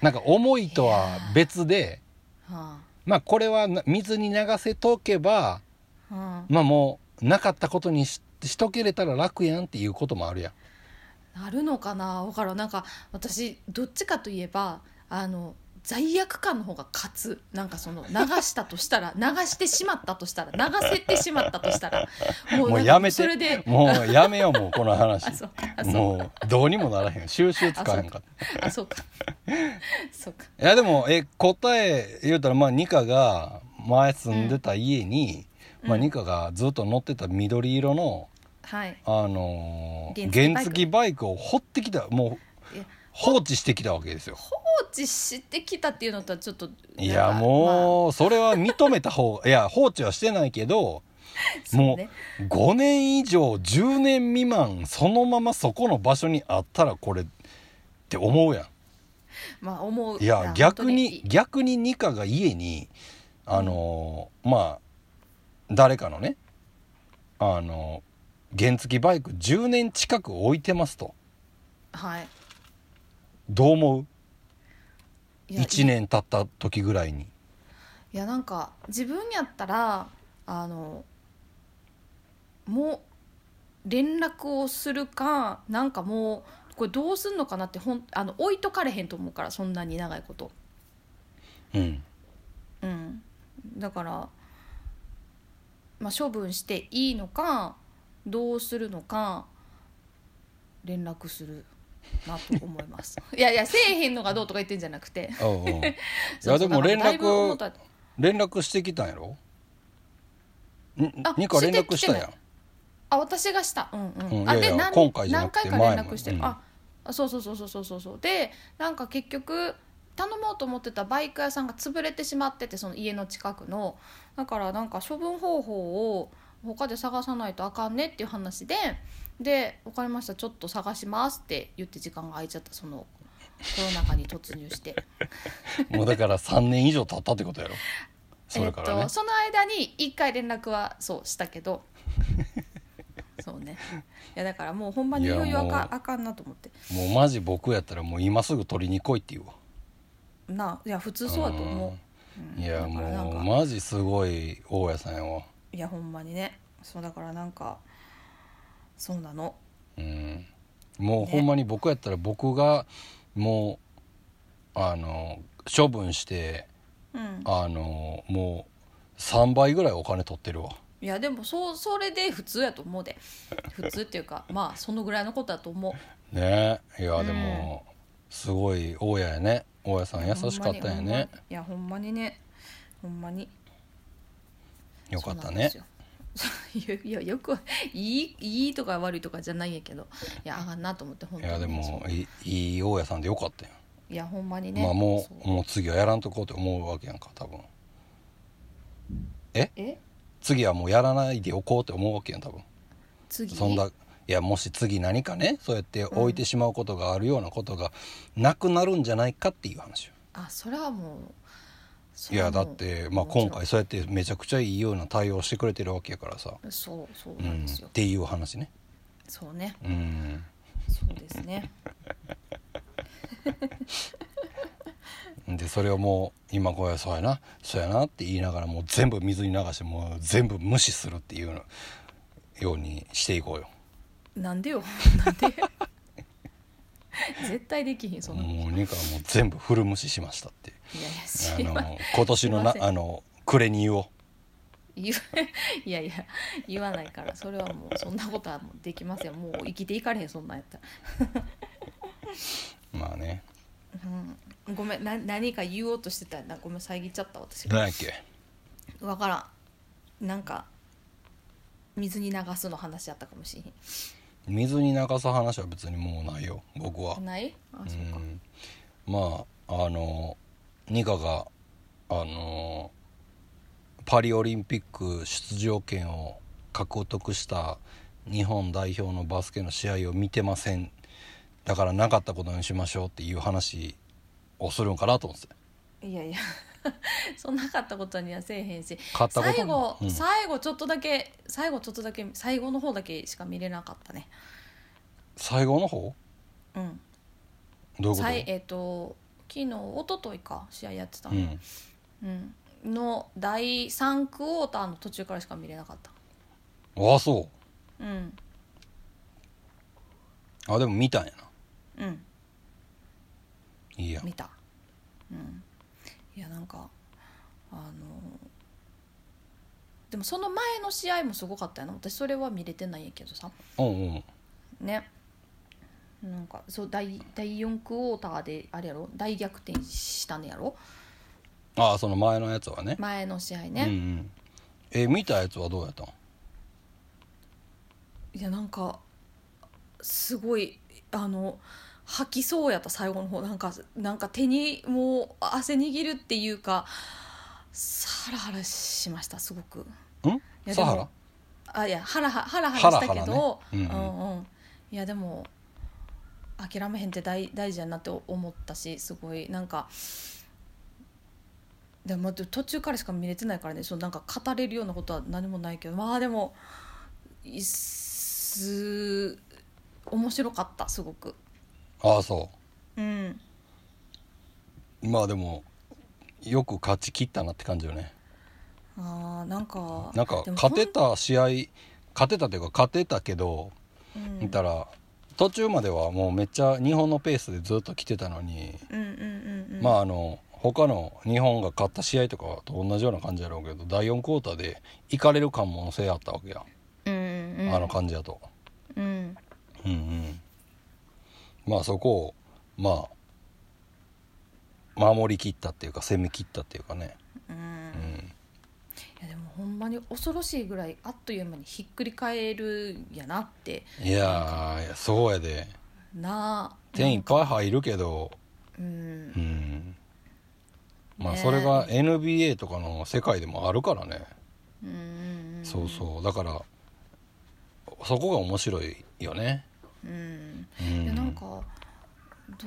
S1: なんか思いとは別で
S2: は
S1: まあこれはな水に流せとけば
S2: あは
S1: まあもうなかったことにししとけれたら楽やんっていうこともあるやん
S2: あ、なるのかな分からんなんか私どっちかといえばあの罪悪感の方が勝つなんかその流したとしたら [laughs] 流してしまったとしたら流せてしまったとしたら
S1: も
S2: もなん
S1: う
S2: か
S1: やめて
S2: それで
S1: もうやめようもうこの話
S2: あそう [laughs] あそう
S1: もうどうにもならへん収集つかへんかった
S2: あそうかそうか
S1: いやでもえ答え言うたらまあニカが前住んでた家に、
S2: うん
S1: まあ、
S2: うん
S1: ニカがずっと乗ってた緑色の、
S2: はい
S1: あのー原
S2: 原付バイク
S1: 付バイクを掘ってきたも
S2: いうや
S1: 放置してきたわけですよ。
S2: 放置してきたっていうのとはちょっと
S1: いやもうそれは認めた方がいや [laughs] 放置はしてないけど
S2: う
S1: も
S2: ね
S1: う5年以上10年未満そのままそこの場所にあったらこれって思うやん。
S2: まあ、まあ思う
S1: い
S2: い
S1: や逆に逆にニカが家にあのーまあ誰かのねあのー原付バイク10年近く置いてますと
S2: はい
S1: どう思う
S2: いや
S1: 1年経った時ぐらいに
S2: いやなんか自分やったらあのもう連絡をするかなんかもうこれどうすんのかなってほんあの置いとかれへんと思うからそんなに長いこと [laughs]
S1: うん
S2: うんだからまあ処分していいのかどうするのか連絡するなと思います
S1: [laughs]
S2: いやいやせえへんのがどうとか言ってんじゃなくて
S1: おうおうい
S2: そう
S1: や
S2: そ
S1: で
S2: う
S1: も連
S2: だからだいぶ思っ
S1: 絡
S2: た
S1: 連絡してきたんやろん
S2: あ
S1: ニカ連
S2: して
S1: 絡
S2: きて
S1: した
S2: ない
S1: やん
S2: あ私がしたうんうん、
S1: うん
S2: あ
S1: いやいや
S2: で何
S1: 今回じゃな
S2: 何
S1: くて
S2: 回か連絡してる、
S1: 前もうん
S2: ああそうそうそうそうそうそうそうでなんか結局頼もうと思ってたバイク屋さんが潰れてしまっててその家の近くのだからなんか処分方法を他で探さないとあかんねっていう話でで「分かりましたちょっと探します」って言って時間が空いちゃったそのコロナ禍に突入して
S1: もうだから3年以上経ったってことや
S2: [laughs]
S1: ろそれから
S2: え
S1: ね
S2: っと、その間に一回連絡はそうした
S1: [laughs]
S2: けどそうねいやだからもうほんまにい
S1: いや
S2: よいよあ
S1: も
S2: か
S1: うん
S2: あかんなと思って
S1: もうマジ僕やったらもう今すぐ取りに来いって言うわ
S2: なあいや普通そうだと思う、うん
S1: いや
S2: だからなん
S1: も
S2: か
S1: うマジすごい大家さんやわ
S2: いやほんまにねそうだからなんかそうなの
S1: うんもう
S2: ね
S1: ほんまに僕やったら僕がもうあの処分して
S2: うん
S1: あのもう3倍ぐらいお金取ってるわ
S2: いやでもそうそれで普通やと思うで普通っていうかまあそのぐらいのことだと思う
S1: ねいや
S2: うん
S1: でも、すごい大家やね大家さん優しかったんや
S2: ほんまに
S1: ね
S2: ほんまにいや
S1: よか
S2: ほんまにねほんまに
S1: った
S2: そうなんで
S1: ね
S2: すよ [laughs] いやいやよくはいいいいとか悪いとかじゃないんやけどいやあかんなと思って本
S1: い
S2: 当に
S1: やでも
S2: そう
S1: いいいい大家さんでよかったよ、
S2: いやほんまに
S1: ん
S2: ね
S1: まあも
S2: そう
S1: もう次はやらんとこうって思うわけやんか多分
S2: え
S1: 次はもうやらないでおこうって思うわけやん多分
S2: 次
S1: そんだいやもし次何かねそうやって置いてしまうことがあるようなことがなくなるんじゃないかっていう話よ
S2: あそれはもうそ
S1: い
S2: れは
S1: や
S2: も
S1: だ
S2: う
S1: って、まあ、
S2: もちろん
S1: 今回そうやってめちゃくちゃいいような対応してくれてるわけやからさ、
S2: そうそう
S1: う
S2: なん
S1: ん、
S2: で
S1: っ
S2: すよ、
S1: ていう話ね
S2: そうね
S1: うん
S2: そうですね
S1: でそれをもう今こうやそうやなそうやなって言いながらもう全部水に流してもう全部無視するっていうのようにしていこうよ
S2: なんでよなんで [laughs] 絶対できひんそんな、い
S1: もうニカはもう全部フル無視しましたって
S2: やいや
S1: あ
S2: 知らん
S1: の今年のな
S2: すいません
S1: あの暮れに言おう
S2: 言ういやいや言わないからそれはもうそんなことはもうできませんもう生きていかれへんそんなんやったら
S1: まあね
S2: うん、ごめんな何か言おうとしてたよなごめん遮っちゃった私
S1: 何やっけ
S2: 分からんなんか水に流すの話やったかもしれへ
S1: 水に流す話は別にもうないよ僕は
S2: んないあそうか
S1: んまああのニカがあのパリオリンピック出場権を獲得した日本代表のバスケの試合を見てませんだからなかったことにしましょうっていう話をするんかなと思ってた
S2: いやいや [laughs] そんなかったことにはせえへんし
S1: 勝ったこと
S2: 最後、
S1: うん
S2: 最後ちょっとだけ最後ちょっとだけ最後の方だけしか見れなかったね
S1: 最後の方
S2: うん
S1: どういうこと、
S2: 最えっ、と昨日一昨日か試合やってた
S1: う
S2: の、
S1: ん、
S2: うんの第3クォーターの途中からしか見れなかった
S1: ああそ
S2: うん
S1: うあでも見たんやな
S2: うん
S1: いいやん
S2: 見た、うん、いやなんかあのでもその前の試合もすごかったよな私それは見れてないんやけどさ
S1: うんうん
S2: ねなんかそう第第4クォーターであれやろ大逆転したのやろ
S1: ああその前のやつはね
S2: 前の試合
S1: うんう
S2: ね、
S1: んえ見たやつはどうやったん
S2: いやなんかすごいあの吐きそうやった最後の方なんかなんか手にもう汗握るっていうかハラハラしましたすごく。い
S1: ん
S2: や
S1: サハ
S2: で
S1: ラ
S2: もあいやハラハハラハラしたけど
S1: ハラハラね
S2: う
S1: うんん
S2: うんいやでも諦めへんって大大事やなって思ったしすごいなんかでも待って途中からしか見れてないからねそのなんか語れるようなことは何もないけどまあでもいっす面白かったすごく
S1: ああそ
S2: うん
S1: うまあでもよく勝ち切ったなって感じよね
S2: あーなんか
S1: なんか
S2: でも
S1: 勝てた試合勝てたというか勝てたけど
S2: ほんうん
S1: 見たら途中まではもうめっちゃ日本のペースでずっと来てたのに、
S2: うんうんうんうん
S1: まああの他の日本が勝った試合とかと同じような感じやろうけど第4クォーターで行かれる感もせいあったわけや、
S2: うんうんうん
S1: あの感じやと。
S2: うん
S1: うんうん、まあそこをまあ守り切ったっていうか攻め切ったっていうかね、
S2: うん
S1: うん、
S2: いやでもほんまに恐ろしいぐらいあっという間にひっくり返るんやなって
S1: いやーそうやで
S2: なあ
S1: 点いっぱい入るけど、
S2: うん
S1: うん、まあ
S2: ね
S1: それが NBA とかの世界でもあるからね、
S2: うんうんん
S1: そうそうだからそこが面白いよね。
S2: うん
S1: うん
S2: いやなんかど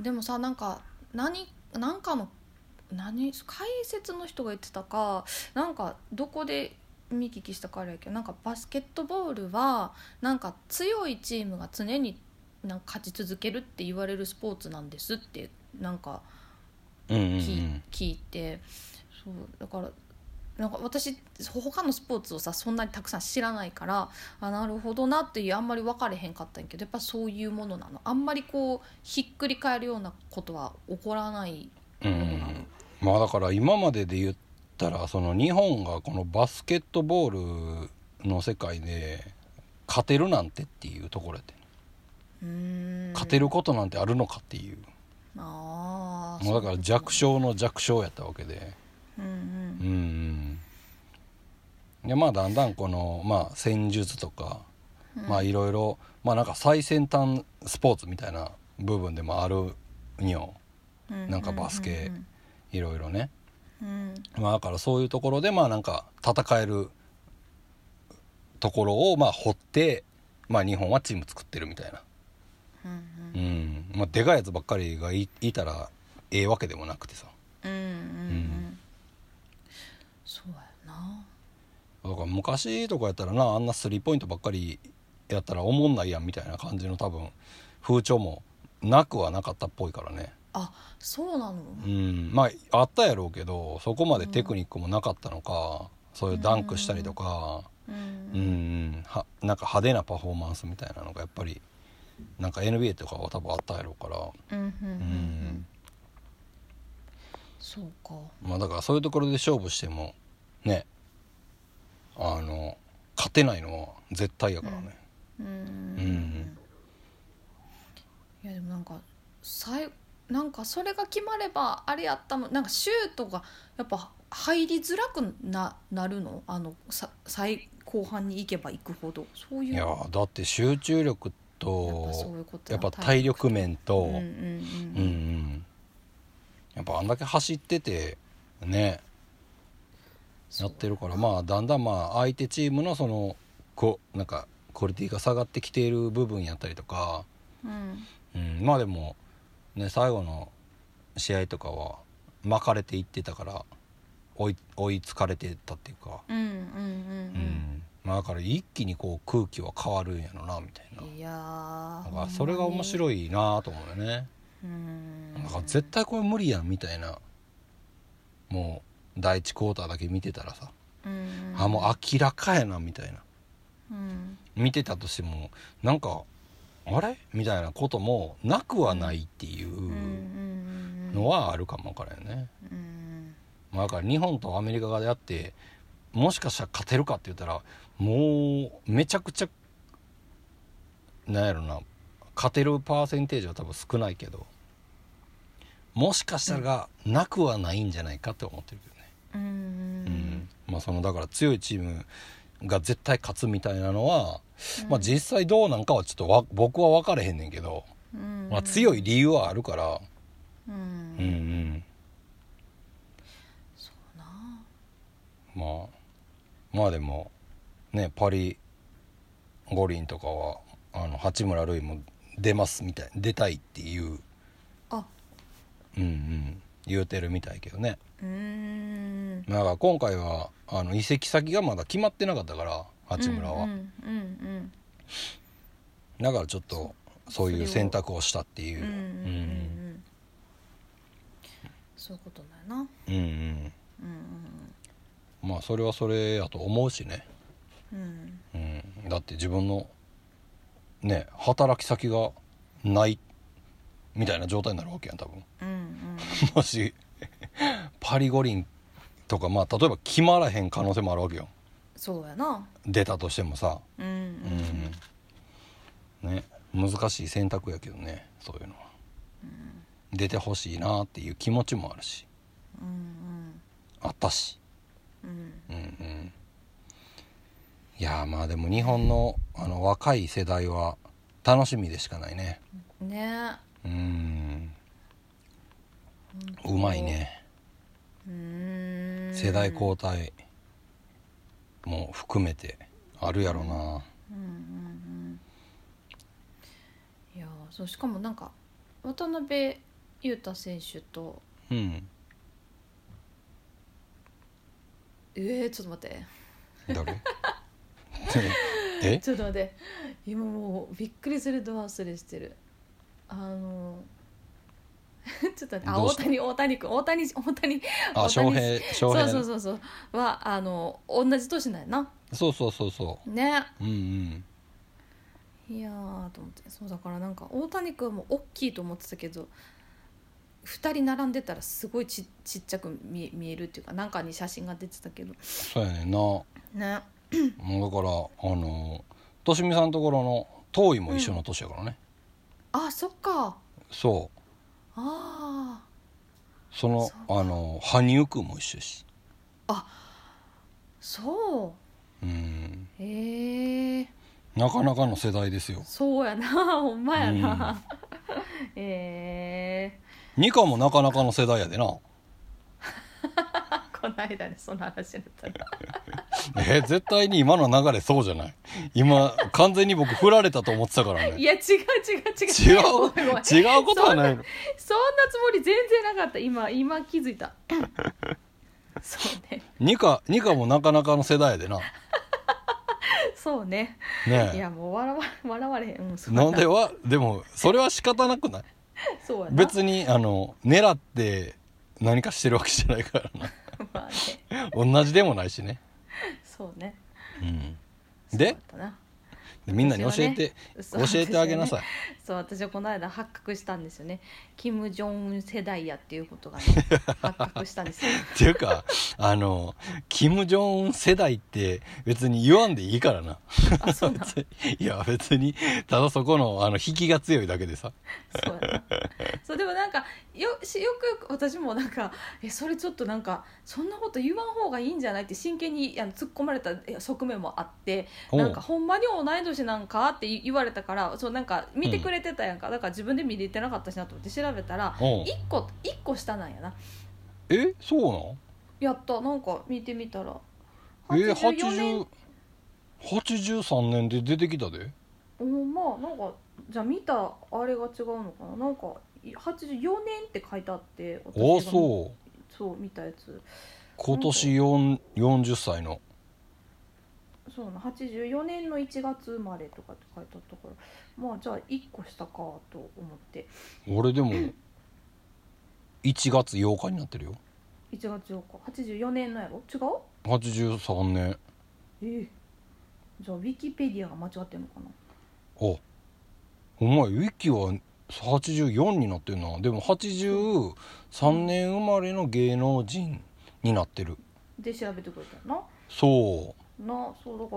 S2: でもさなんか何なんかの何解説の人が言ってたかなんかどこで見聞きしたかあれやけどなんかバスケットボールはなんか強いチームが常になんか勝ち続けるって言われるスポーツなんですってなんか
S1: うんうんう
S2: 聞,、
S1: ん
S2: 聞いてそうだからなんか私他のスポーツをさそんなにたくさん知らないからあなるほどなっていうあんまり分かれへんかったんやけどやっぱそういうものなのあんまりこうひっくり返るようなことは起こらない
S1: うんう
S2: ものなの、
S1: んまあだから今までで言ったらその日本がこのバスケットボールの世界で勝てるなんてっていうところやって
S2: うーん
S1: 勝てることなんてあるのかっていう、
S2: ああ
S1: もうだから弱小の弱小やったわけで
S2: うんうん
S1: うんうんでまあだんだんこの、まあ、戦術とか、
S2: うん
S1: まあいろいろまあなんか最先端スポーツみたいな部分でもあるにょ
S2: うう
S1: なんかバスケいろいろね
S2: うんうん
S1: まあだからそういうところでまあなんか戦えるところをまあ掘ってまあ日本はチーム作ってるみたいな
S2: うん
S1: うんまあでかいやつばっかりがいいたらええわけでもなくてさ
S2: うんうんうんうんそうやな
S1: だから昔とかやったらなあんなスリーポイントばっかりやったらおもんないやんみたいな感じの多分風潮もなくはなかったっぽいからね
S2: あそうなの
S1: うんまああったやろうけどそこまでテクニックもなかったのか、そういうダンクしたりとか、
S2: うん
S1: うんうんはなんか派手なパフォーマンスみたいなのがやっぱりなんか NBA とかは多分あったやろうから、
S2: うんうんうん
S1: う
S2: う
S1: ん
S2: んそうか
S1: まあだからそういうところで勝負してもねあの勝てないのは絶対やからね。
S2: うんうん
S1: う
S2: うんんいやでもなんかさいなんかそれが決まればあれやったのなんかシュートがやっぱ入りづらくななるのあのさ最後半に行けば行くほどそういう
S1: いやーだって集中力
S2: やっぱそう
S1: と
S2: いうこと
S1: やっぱ
S2: 体
S1: 体力面と、
S2: うんうん
S1: うん
S2: う
S1: うんんやっぱあんだけ走っててねやってるからまあだんだんまあ相手チームのそのこなんかクオリティが下がってきている部分やったりとか、
S2: うん
S1: うん、まあでもね最後の試合とかは巻かれていってたから追い追いつかれてたっていうか、
S2: うんうん
S1: う
S2: うん
S1: んまあ、だから一気にこう空気は変わるんやろなみたいな
S2: うんいやー
S1: なんかそれが面白いなと思うよね。
S2: うん
S1: なんか絶対これ無理やんみたいなもう第1クォーターだけ見てたらさ、
S2: うん
S1: あもう明らかやなみたいな
S2: うん
S1: 見てたとしてもなんかあれみたいなこともなくはないっていうの
S2: は、
S1: はあるかもわからんよね。
S2: うん
S1: まあだから日本とアメリカがやってもしかしたら勝てるかって言ったらもうめちゃくちゃなんやろな勝てるパーセンテージは多分少ないけどもしかしたらなくはないんじゃないかって思ってるけどね、
S2: うんうん
S1: うんまあ、そのだから強いチームが絶対勝つみたいなのは、
S2: うん
S1: まあ、実際どうなんかはちょっとわ僕は分かれへんねんけど、
S2: うん
S1: まあ、強い理由はあるから、
S2: うん、
S1: うんうん、
S2: そうな
S1: まあまあでもねパリ五輪とかはあの八村塁も出ますみたい出たいっていう
S2: あ
S1: うんうん言うてるみたいけどね
S2: うーん
S1: だから今回はあの移籍先がまだ決まってなかったから八村は、
S2: うんうんうん
S1: だからちょっとそういう
S2: それを
S1: 選択をしたってい
S2: うん
S1: う
S2: うんうんう
S1: う
S2: ん
S1: ん
S2: うんそういうことだよな
S1: うんうん
S2: うん
S1: まあそれはそれやと思うしね、
S2: うんうん
S1: うん、だって自分のね働き先がないみたいな状態になるわけやん多分 [laughs]
S2: うんうん
S1: もしパリ五輪とかまあ例えば決まらへん可能性もあるわけよ
S2: そうやな
S1: 出たとしてもさ、
S2: うん
S1: う
S2: うん
S1: んね、難しい選択やけどねそういうのは、出てほしいなっていう気持ちもあるし
S2: うん
S1: あったし、
S2: うんうん
S1: うんうん、いやーまあでも日本のあの若い世代は楽しみでしかないね
S2: ね
S1: うんうまいね、
S2: うーん
S1: 世代交代も含めてあるやろな
S2: うんうんうんいやーそうしかもなんか渡辺雄太選手と
S1: うん
S2: えー、ちょっと待って
S1: 誰 [laughs] え
S2: ちょっと待って今もうびっくりするド忘れしてるあの [laughs] ちょっと待ってあ
S1: どう
S2: 大
S1: した
S2: 谷大谷君大谷大谷
S1: あ翔平翔
S2: そう
S1: 平
S2: そうそうそうはあの同じ年なんやな
S1: そうそうそうそ
S2: ね
S1: ううんうん
S2: いやーと思ってそうだからなんか大谷君も大きいと思ってたけど2人並んでたらすごいちちっちゃく見え見えるっていうかなんかに写真が出てたけど
S1: そうやねんなも
S2: ね
S1: うだからあのとしみさんのところの遠いも一緒の年やからね、
S2: あそっか
S1: そう
S2: あー
S1: その
S2: そ
S1: あの羽生君も一緒やし
S2: そ
S1: うん
S2: うへえー、
S1: なかなかの世代ですよ
S2: そうやな [laughs] ほんまやな、 [laughs] え
S1: ニカもなかなかの世代やでな
S2: ー、この間ねその話になったら
S1: え絶対に今の流れそうじゃない今完全に僕振られたと思ってたから
S2: い
S1: ね
S2: や違う違う違
S1: 違
S2: う
S1: う
S2: ごめんごめん
S1: 違うことはないの
S2: そんなつもり全然なかった今今気づいた [laughs] そうね
S1: ニカニカもなかなかの世代やでな
S2: そうねい
S1: ね
S2: やもう笑わ笑われへん、うん、そ
S1: え
S2: うや
S1: なんではでもそれは仕方なくない
S2: そうやな
S1: 別にあの狙って何かしてるわけじゃないからな
S2: [laughs] まあね
S1: [laughs] 同じでもないしね、
S2: そうね
S1: うん、
S2: そうや
S1: で
S2: ったな
S1: でみんなに教えて、
S2: 私
S1: 教
S2: はね
S1: えてあげなさい、
S2: そう私はこの間発覚したんですよねキム・ジョンウン世代やっていうこ
S1: [laughs]
S2: とがね発覚したんですよ
S1: っていうかあのキム・ジョンウン世代って別に言わんでいいからな
S2: あそうなん
S1: [laughs]
S2: そ
S1: いや別にただそこのあの引きが強いだけでさ
S2: [laughs] うやなそうでもなんかよしよくよく私もなんかえそれちょっとなんかそんなこと言わん方がいいんじゃないって真剣にあの突っ込まれたえ側面もあってなんかほんまに同い年なんかって言われたからそうなんか見てくれてたやんか、だから自分で見れてなかったしなと思って調べたら
S1: おうおう
S2: 1個一個下なんやな
S1: えそ
S2: やったなんか見てみたら
S1: うなんえ
S2: 84年
S1: 80 83年で出てきたで
S2: おまあなんかじゃあ見たあれが違うのかななんかい84年って書いてあって
S1: ああ
S2: が
S1: そう
S2: そう見たやつ
S1: 今年4 40歳の
S2: そうな84年の1月生まれとかって書いてあったからまあじゃあ1個下かと思って
S1: 俺でも1月8日になってるよ
S2: 1月8日84年のやろ違う
S1: 83年
S2: ええじゃあウィキペディアが間違ってるのかな
S1: あお前ウィキは84になってるなでも83年生まれの芸能人になってる
S2: で調べてくれたよ
S1: そ
S2: ななそうだか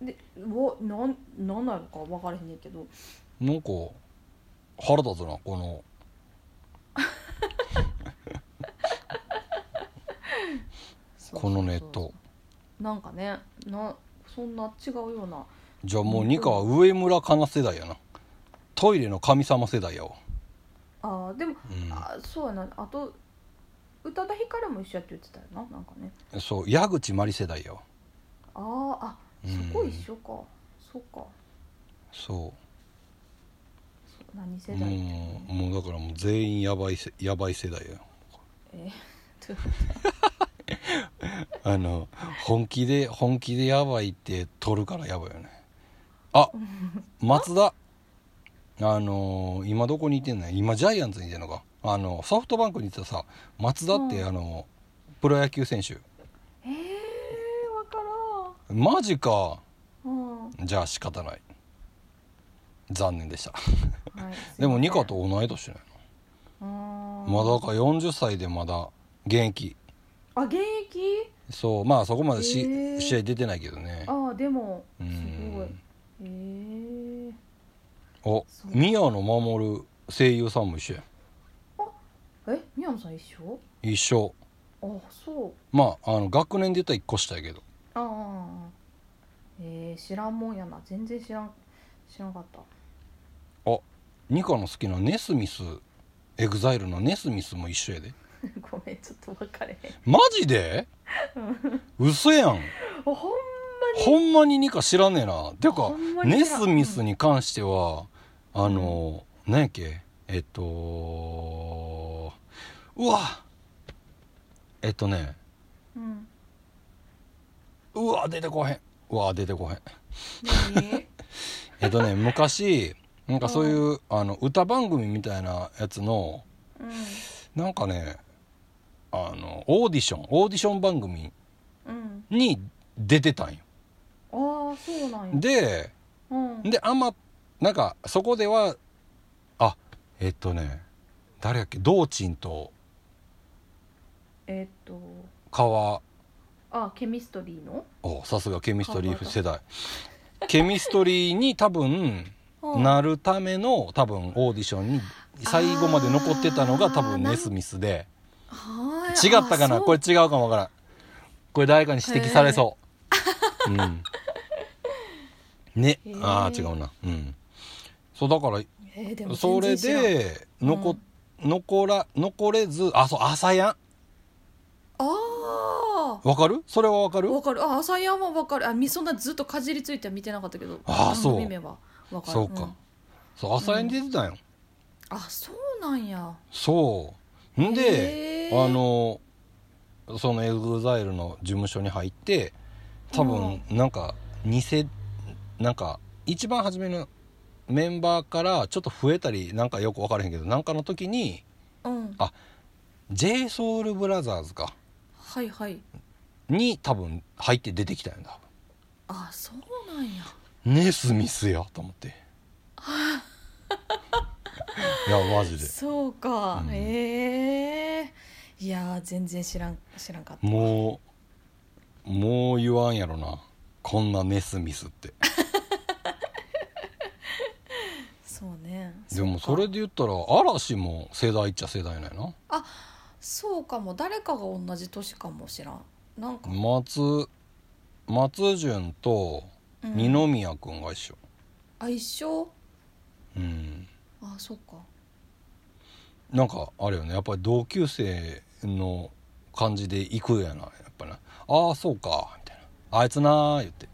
S2: らでうわなんなんなのか分からへんねんけど
S1: うなんか腹立つなこの
S2: そう
S1: この
S2: そう
S1: ネッ
S2: そう
S1: ト
S2: なんかねなそんな違うような
S1: じゃあもうニカは上村かな世代やなトイレの神様世代やわ、
S2: あーでも、
S1: う
S2: あそうやなあと宇多田ヒカルも一緒やって言ってたよななんかね
S1: ん、そう矢口真理世代やわ
S2: あーあそこ一緒か、そっか
S1: そ
S2: そう何世
S1: う
S2: 代っていうの
S1: もうもうだからもう全員やばいせやばい世代や
S2: えー
S1: あの本気で本気でやばいって取るからやばいよねあ松田あのー今どこにいてんの今ジャイアンツにいてんのかあのソフトバンクにいてたさ松田って、
S2: うん
S1: あのプロ野球選手
S2: [laughs] えー、分から
S1: マジか
S2: んうん
S1: じゃあ仕方ない残念でした
S2: はい、
S1: でもニカと同い年だよ
S2: ま
S1: まだだから40歳でまだ現役
S2: あ現役
S1: そうまあそこまでし、
S2: へー
S1: 試合出てないけどね
S2: ああでも
S1: う
S2: すごい
S1: ん
S2: えー、
S1: お
S2: そう
S1: 宮野真守声優さんも一緒や
S2: え宮野さん一緒
S1: 一緒
S2: あそう
S1: まああの学年で言ったら1個下やけど
S2: ああえー、知らんもんやな全然知らん知らんかった [laughs]
S1: ニカの好きなネスミスエグザイルのネスミスも一緒やで
S2: ごめんちょっと分かれへん
S1: マジで嘘やん
S2: あ [laughs] ほんま
S1: ほんまにニカ知らねえなていうか
S2: ほんまに
S1: ネ
S2: 知ら
S1: ス
S2: ん
S1: ミスに関してはあの、なんやっけえっとうわえっとね
S2: うん
S1: うわ出てこへんうわ出てこへん
S2: 何 [laughs]
S1: えっとね昔なんかそういうあの歌番組みたいなやつの
S2: うん
S1: なんかねあのオーディションオーディション番組
S2: うん
S1: に出てたんよ
S2: ああそうなんや
S1: で
S2: うん
S1: であんまなんかそこではあえっとね誰やっけ道珍と
S2: えーっと
S1: 川
S2: あケミストリーの
S1: おさすがケミストリ
S2: 川
S1: ー
S2: 端
S1: 世代ケミストリーに多分なるための多分オーディションに最後まで残ってたのが多
S2: あー
S1: 分
S2: な
S1: ネスミスで
S2: はー
S1: 違
S2: い
S1: ったか
S2: あ
S1: な
S2: そう
S1: これ違うかもわからんこれ誰かに指摘されそう、うん、ね
S2: へー
S1: ああ違うなうんそうだから
S2: えーでも
S1: そ
S2: 全
S1: れ
S2: 然知らん
S1: で残,、残ら残れずあそう朝や
S2: あ
S1: んわかるそれはわか
S2: あ
S1: る
S2: わかるあ朝やんはわかるあみそんなずっとかじりついては見てなかったけど
S1: あーそう
S2: 番組名はわかる
S1: そうか
S2: ん
S1: そう朝やんに出てたんよ、
S2: あそうなんや
S1: そうんで
S2: へー
S1: あのそのエグザイルの事務所に入って多分なんか偽なんか一番初めのメンバーからちょっと増えたりなんかよく分からへんけどなんかの時に
S2: うん
S1: あ j ソ o u l b r o t h e r か
S2: はいはい
S1: に多分入って出てきたんだ
S2: あそうなんや
S1: ネスミスやと思って
S2: [laughs]
S1: いやマジで
S2: そうか、
S1: うん
S2: へえいやー全然知らん知らんかった
S1: もうもう言わんやろなこんなネスミスって
S2: そうね
S1: でも
S2: そ
S1: そう
S2: か
S1: れで言ったら嵐も世代っちゃ世代なんやな
S2: そうかも誰かが同じ年かもしらんなんか、
S1: 松松潤と
S2: うん
S1: 二宮君が一緒
S2: あ一緒
S1: うん
S2: あそうか
S1: なんかあれよねやっぱり同級生の感じで行くやなやっぱなああそうかみたいなあいつなー言って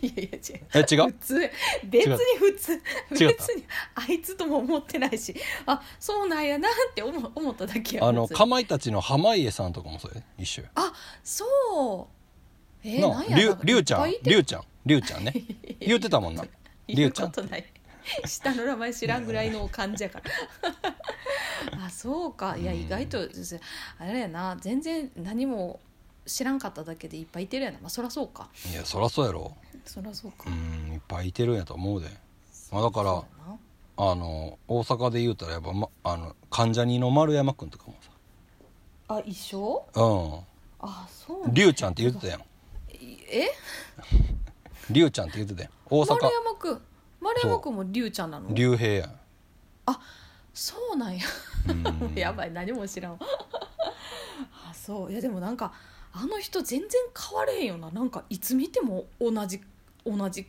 S2: [laughs] いや [laughs] いや違
S1: え違
S2: う普
S1: う
S2: 通別に普通別
S1: 違った
S2: にあいつとも思ってないしあそうなんやなって思思っただけや
S1: あの
S2: 別に
S1: かまいたちの濱家さんとかもそれ一緒よ
S2: そうえー、
S1: な
S2: な
S1: あ
S2: んや
S1: りゅ
S2: な
S1: うりゅうちゃんりゅうちゃんりゅうちゃ
S2: [laughs]
S1: んね言
S2: う
S1: ってた
S2: [laughs]
S1: もんなり
S2: 言
S1: ゅ
S2: う
S1: う
S2: ち
S1: ち
S2: ゃ
S1: ゃ
S2: ん
S1: ん
S2: ことない下の名前知らんぐらいの感じやから
S1: [laughs]
S2: あそうかいや
S1: うん
S2: 意外とですあれやな全然何も知らんかっただけでいっぱいいてるやなまあそらそうか
S1: いやそらそうやろ
S2: そらそう
S1: う
S2: か、
S1: んいっぱいいてるんやと思うでまあだから
S2: そうやな
S1: あの大阪で言うたらやっぱ、ま、あの関ジャニの丸山君とかも
S2: あ一緒
S1: さう
S2: あそうん
S1: りゅうちゃんって言ってたやん
S2: え
S1: りゅうちゃんって言ってたやん大阪
S2: 丸山くん丸山くんもりゅうちゃんなの
S1: 竜兵や
S2: そうなんや
S1: んうん
S2: [laughs] やばい何も知らんわ [laughs] あそういやでもなんかあの人全然変われへんよななんかいつ見ても同じ同じ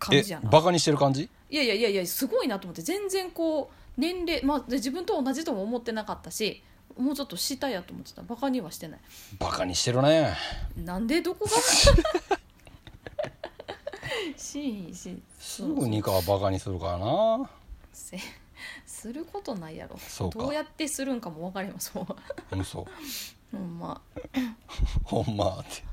S2: 感
S1: え
S2: じやな
S1: バカにしてる感じ
S2: いやいやいやいやすごいなと思って全然こう年齢まあで自分と同じとも思ってなかったしもうちょっと下やと思ってたバカにはしてない
S1: バカにしてるね
S2: なんでど
S1: [laughs]
S2: こが [laughs] 真意真意
S1: すぐにかはバカにするからな
S2: せ [laughs] することないやろ
S1: そうか
S2: どうやってするんかも分かりますも
S1: 嘘 [laughs]
S2: う [laughs] ほんま
S1: ほんまって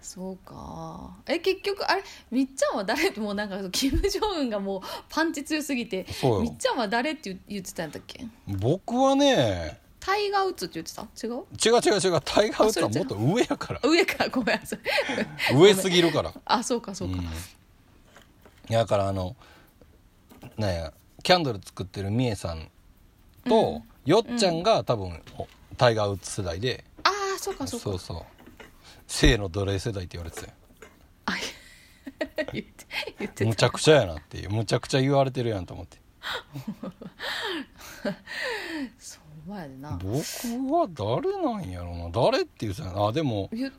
S2: そうかえ結局あれみっちゃんは誰もうなんかキム・ジョンウンがもうパンチ強すぎて
S1: そう
S2: みっ
S1: よ
S2: ちゃんは誰って言言ってたんだっけ
S1: 僕はね
S2: タイガー・ウッズって言ってた違
S1: 違
S2: う
S1: う違う違うタイガー・ウッズはもっと上やから
S2: 上かごめんなさい [laughs]
S1: 上すぎるから
S2: あそうかそうか、
S1: ん、いやだからあのなんやキャンドル作ってるみえさんと、よっちゃんが多分、おタイガー・ウッズ世代で
S2: ああそうか
S1: そ
S2: そううか
S1: そう性の奴隷世代って言われてたよ
S2: あ [laughs] 言って言って
S1: むちゃくちゃやなっていうむちゃくちゃ言われてるやんと思って
S2: そうお前やでな
S1: 僕は誰なんやろな誰って言うてたよあでも
S2: 言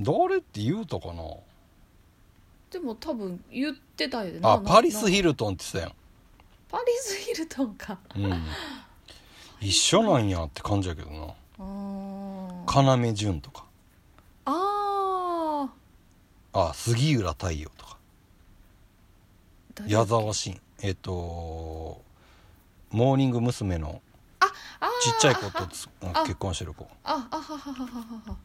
S1: 誰って言うたかな
S2: でも多分言ってたよね
S1: あパリス・
S2: ヒ
S1: ヒルトンって言って
S2: パリス・ヒルトンか
S1: たやん、うん、一緒なんやって感じやけどな
S2: あー
S1: 要潤とか
S2: あ
S1: あ杉浦太陽とか
S2: ー誰
S1: 矢沢慎えっとモーニング娘。の
S2: ああー
S1: ちっちゃい子とつ
S2: あ
S1: 結婚してる子
S2: ああはははははは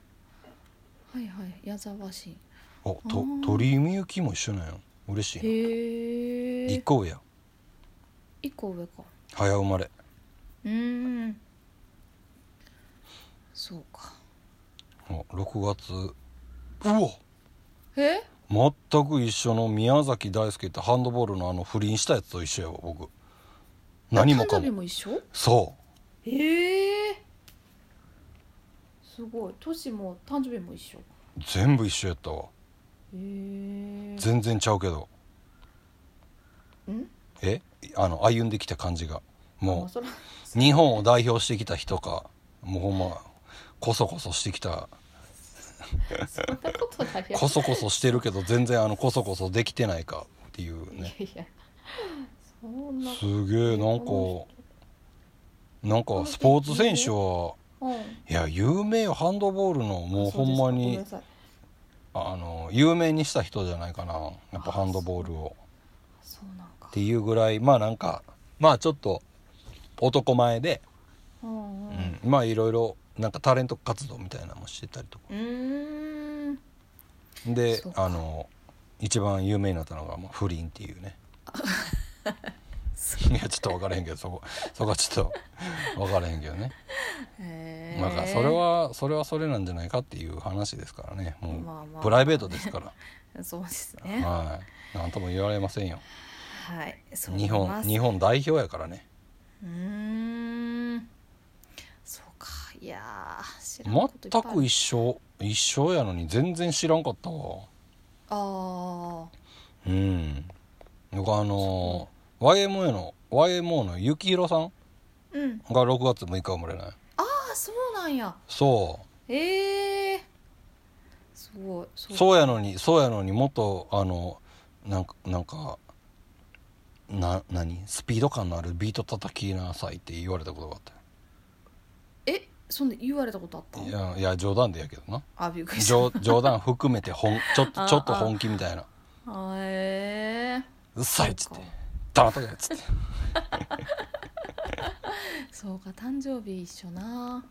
S2: はいはい矢沢氏
S1: おと
S2: あ
S1: 鳥居みゆきも一緒なんよ嬉しい
S2: へ
S1: な一
S2: え
S1: 個上や
S2: 一個上か
S1: 早生まれ
S2: うーんそうか
S1: お6月うお
S2: え
S1: 全く一緒の宮崎大輔ってハンドボールのあの不倫したやつと一緒やわ僕何もか
S2: 誕生日
S1: も
S2: も一緒
S1: そ
S2: へえすごい年も誕生日も一緒へ
S1: う全部一緒やったわ
S2: え
S1: 全然ちゃうけど
S2: ん
S1: えあの歩んできた感じが
S2: まあ
S1: も
S2: そら
S1: う日本を代表してきた人かもうほんまこそこそしてきた
S2: そんなことだよ
S1: こそこそしてるけど全然あのこそこそできてないかっていう
S2: いや
S1: ね
S2: いやそんな
S1: すげえなんかなんかスポーツ選手は
S2: うん
S1: いや有名よハンドボールのもうほんまに
S2: あそうですかごめんなさい
S1: あの有名にした人じゃないかなやっぱ
S2: あ
S1: ハンドボールを
S2: そうなんか
S1: っていうぐらいまあなんかまあちょっと男前で、
S2: うんう
S1: うんん、まあいろいろなんかタレント活動みたいなのもしてたりとか
S2: うーん
S1: で
S2: そうか
S1: あの一番有名になったのが、まあ、不倫っていうね [laughs] いやちょっと分からへんけどそこそこはちょっと分からへんけどね、
S2: へえ
S1: なんかそれはそれはそれなんじゃないかっていう話ですからねもう、
S2: まあまあ
S1: プライベートですから
S2: そうです [laughs] ね
S1: はい何とも言われませんよ
S2: はいそう思い
S1: 日本
S2: ます
S1: 日本代表やからね
S2: うーんそうかいやー知らんこといっぱ
S1: 全
S2: い
S1: く一緒一緒やのに全然知らんかったわ
S2: あ
S1: うん僕あの YMO の YMO の幸宏さん
S2: あうん
S1: が6月6日生まれない
S2: あそうなんや
S1: そ
S2: ええー、すごいそうう
S1: そうやのにそうやのにもっとあのなんかなんかな何スピード感のあるビート叩きなさいって言われたことがあっ
S2: えそんで言われたことあった
S1: たいやいや冗談でやけど [laughs] な
S2: あびっくりした
S1: 冗冗談含めてほんちょっと
S2: あ
S1: ちょっと本気みたいな
S2: あえ
S1: 「うっさい」っつっ
S2: そう
S1: て
S2: か
S1: 「黙っとけ」っつって
S2: えそうか誕生日一緒な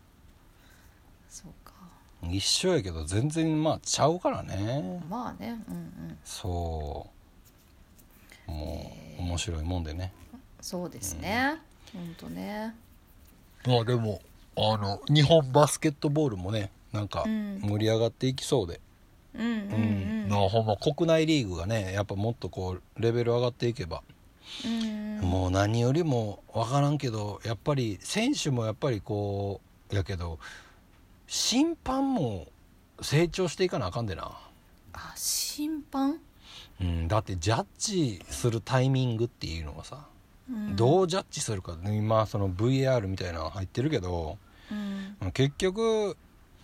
S2: そうか
S1: 一緒やけど全然まあちゃうからね
S2: まあねうんうん
S1: そうもう面白いもんでね
S2: そうですね、ほんとね
S1: まあでもあの日本バスケットボールもねなんか
S2: うん
S1: 盛り上がっていきそうで、
S2: うんうん
S1: う
S2: うんん
S1: まあほんま国内リーグがねやっぱもっとこうレベル上がっていけば、
S2: うんうん
S1: もう何よりも分からんけどやっぱり選手もやっぱりこうやけど審判も成長していかなあかんでな、
S2: あ審判、
S1: うん、だってジャッジするタイミングっていうのはさ、
S2: うん、
S1: どうジャッジするか今その VAR みたいなの入ってるけど、
S2: うん
S1: 結局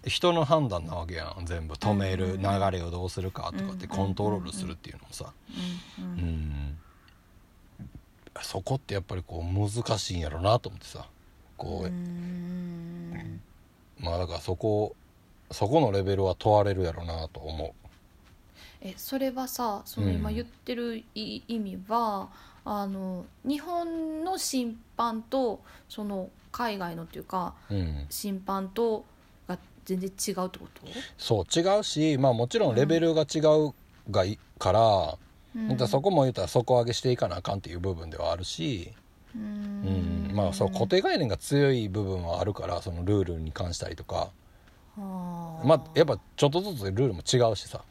S1: 人の判断なわけやん全部止め
S2: うん
S1: る
S2: うん
S1: 流
S2: うん
S1: れをどうするかとかって
S2: うんうん
S1: コントロールするっていうのもさ
S2: う
S1: うん
S2: うん
S1: んそこってやっぱりこう難しいんやろなと思ってさこう、
S2: うん
S1: まあだからそこそこのレベルは問われるやろなと思
S2: えそれはさその
S1: うん
S2: 今言ってるい意味は、あの日本の審判とその海外のっていうか
S1: う、うん、
S2: 審判とが全然違うってこと、
S1: そう違うしまあもちろんレベルが違うがいから、
S2: うん
S1: だからそこも言うたら底上げしていかなあかんっていう部分ではあるし、
S2: う
S1: うん
S2: ん
S1: まあそう固定概念が強い部分はあるからそのルールに関したりとか。
S2: はあ
S1: まあ、やっぱちょっとずつルールも違うしさ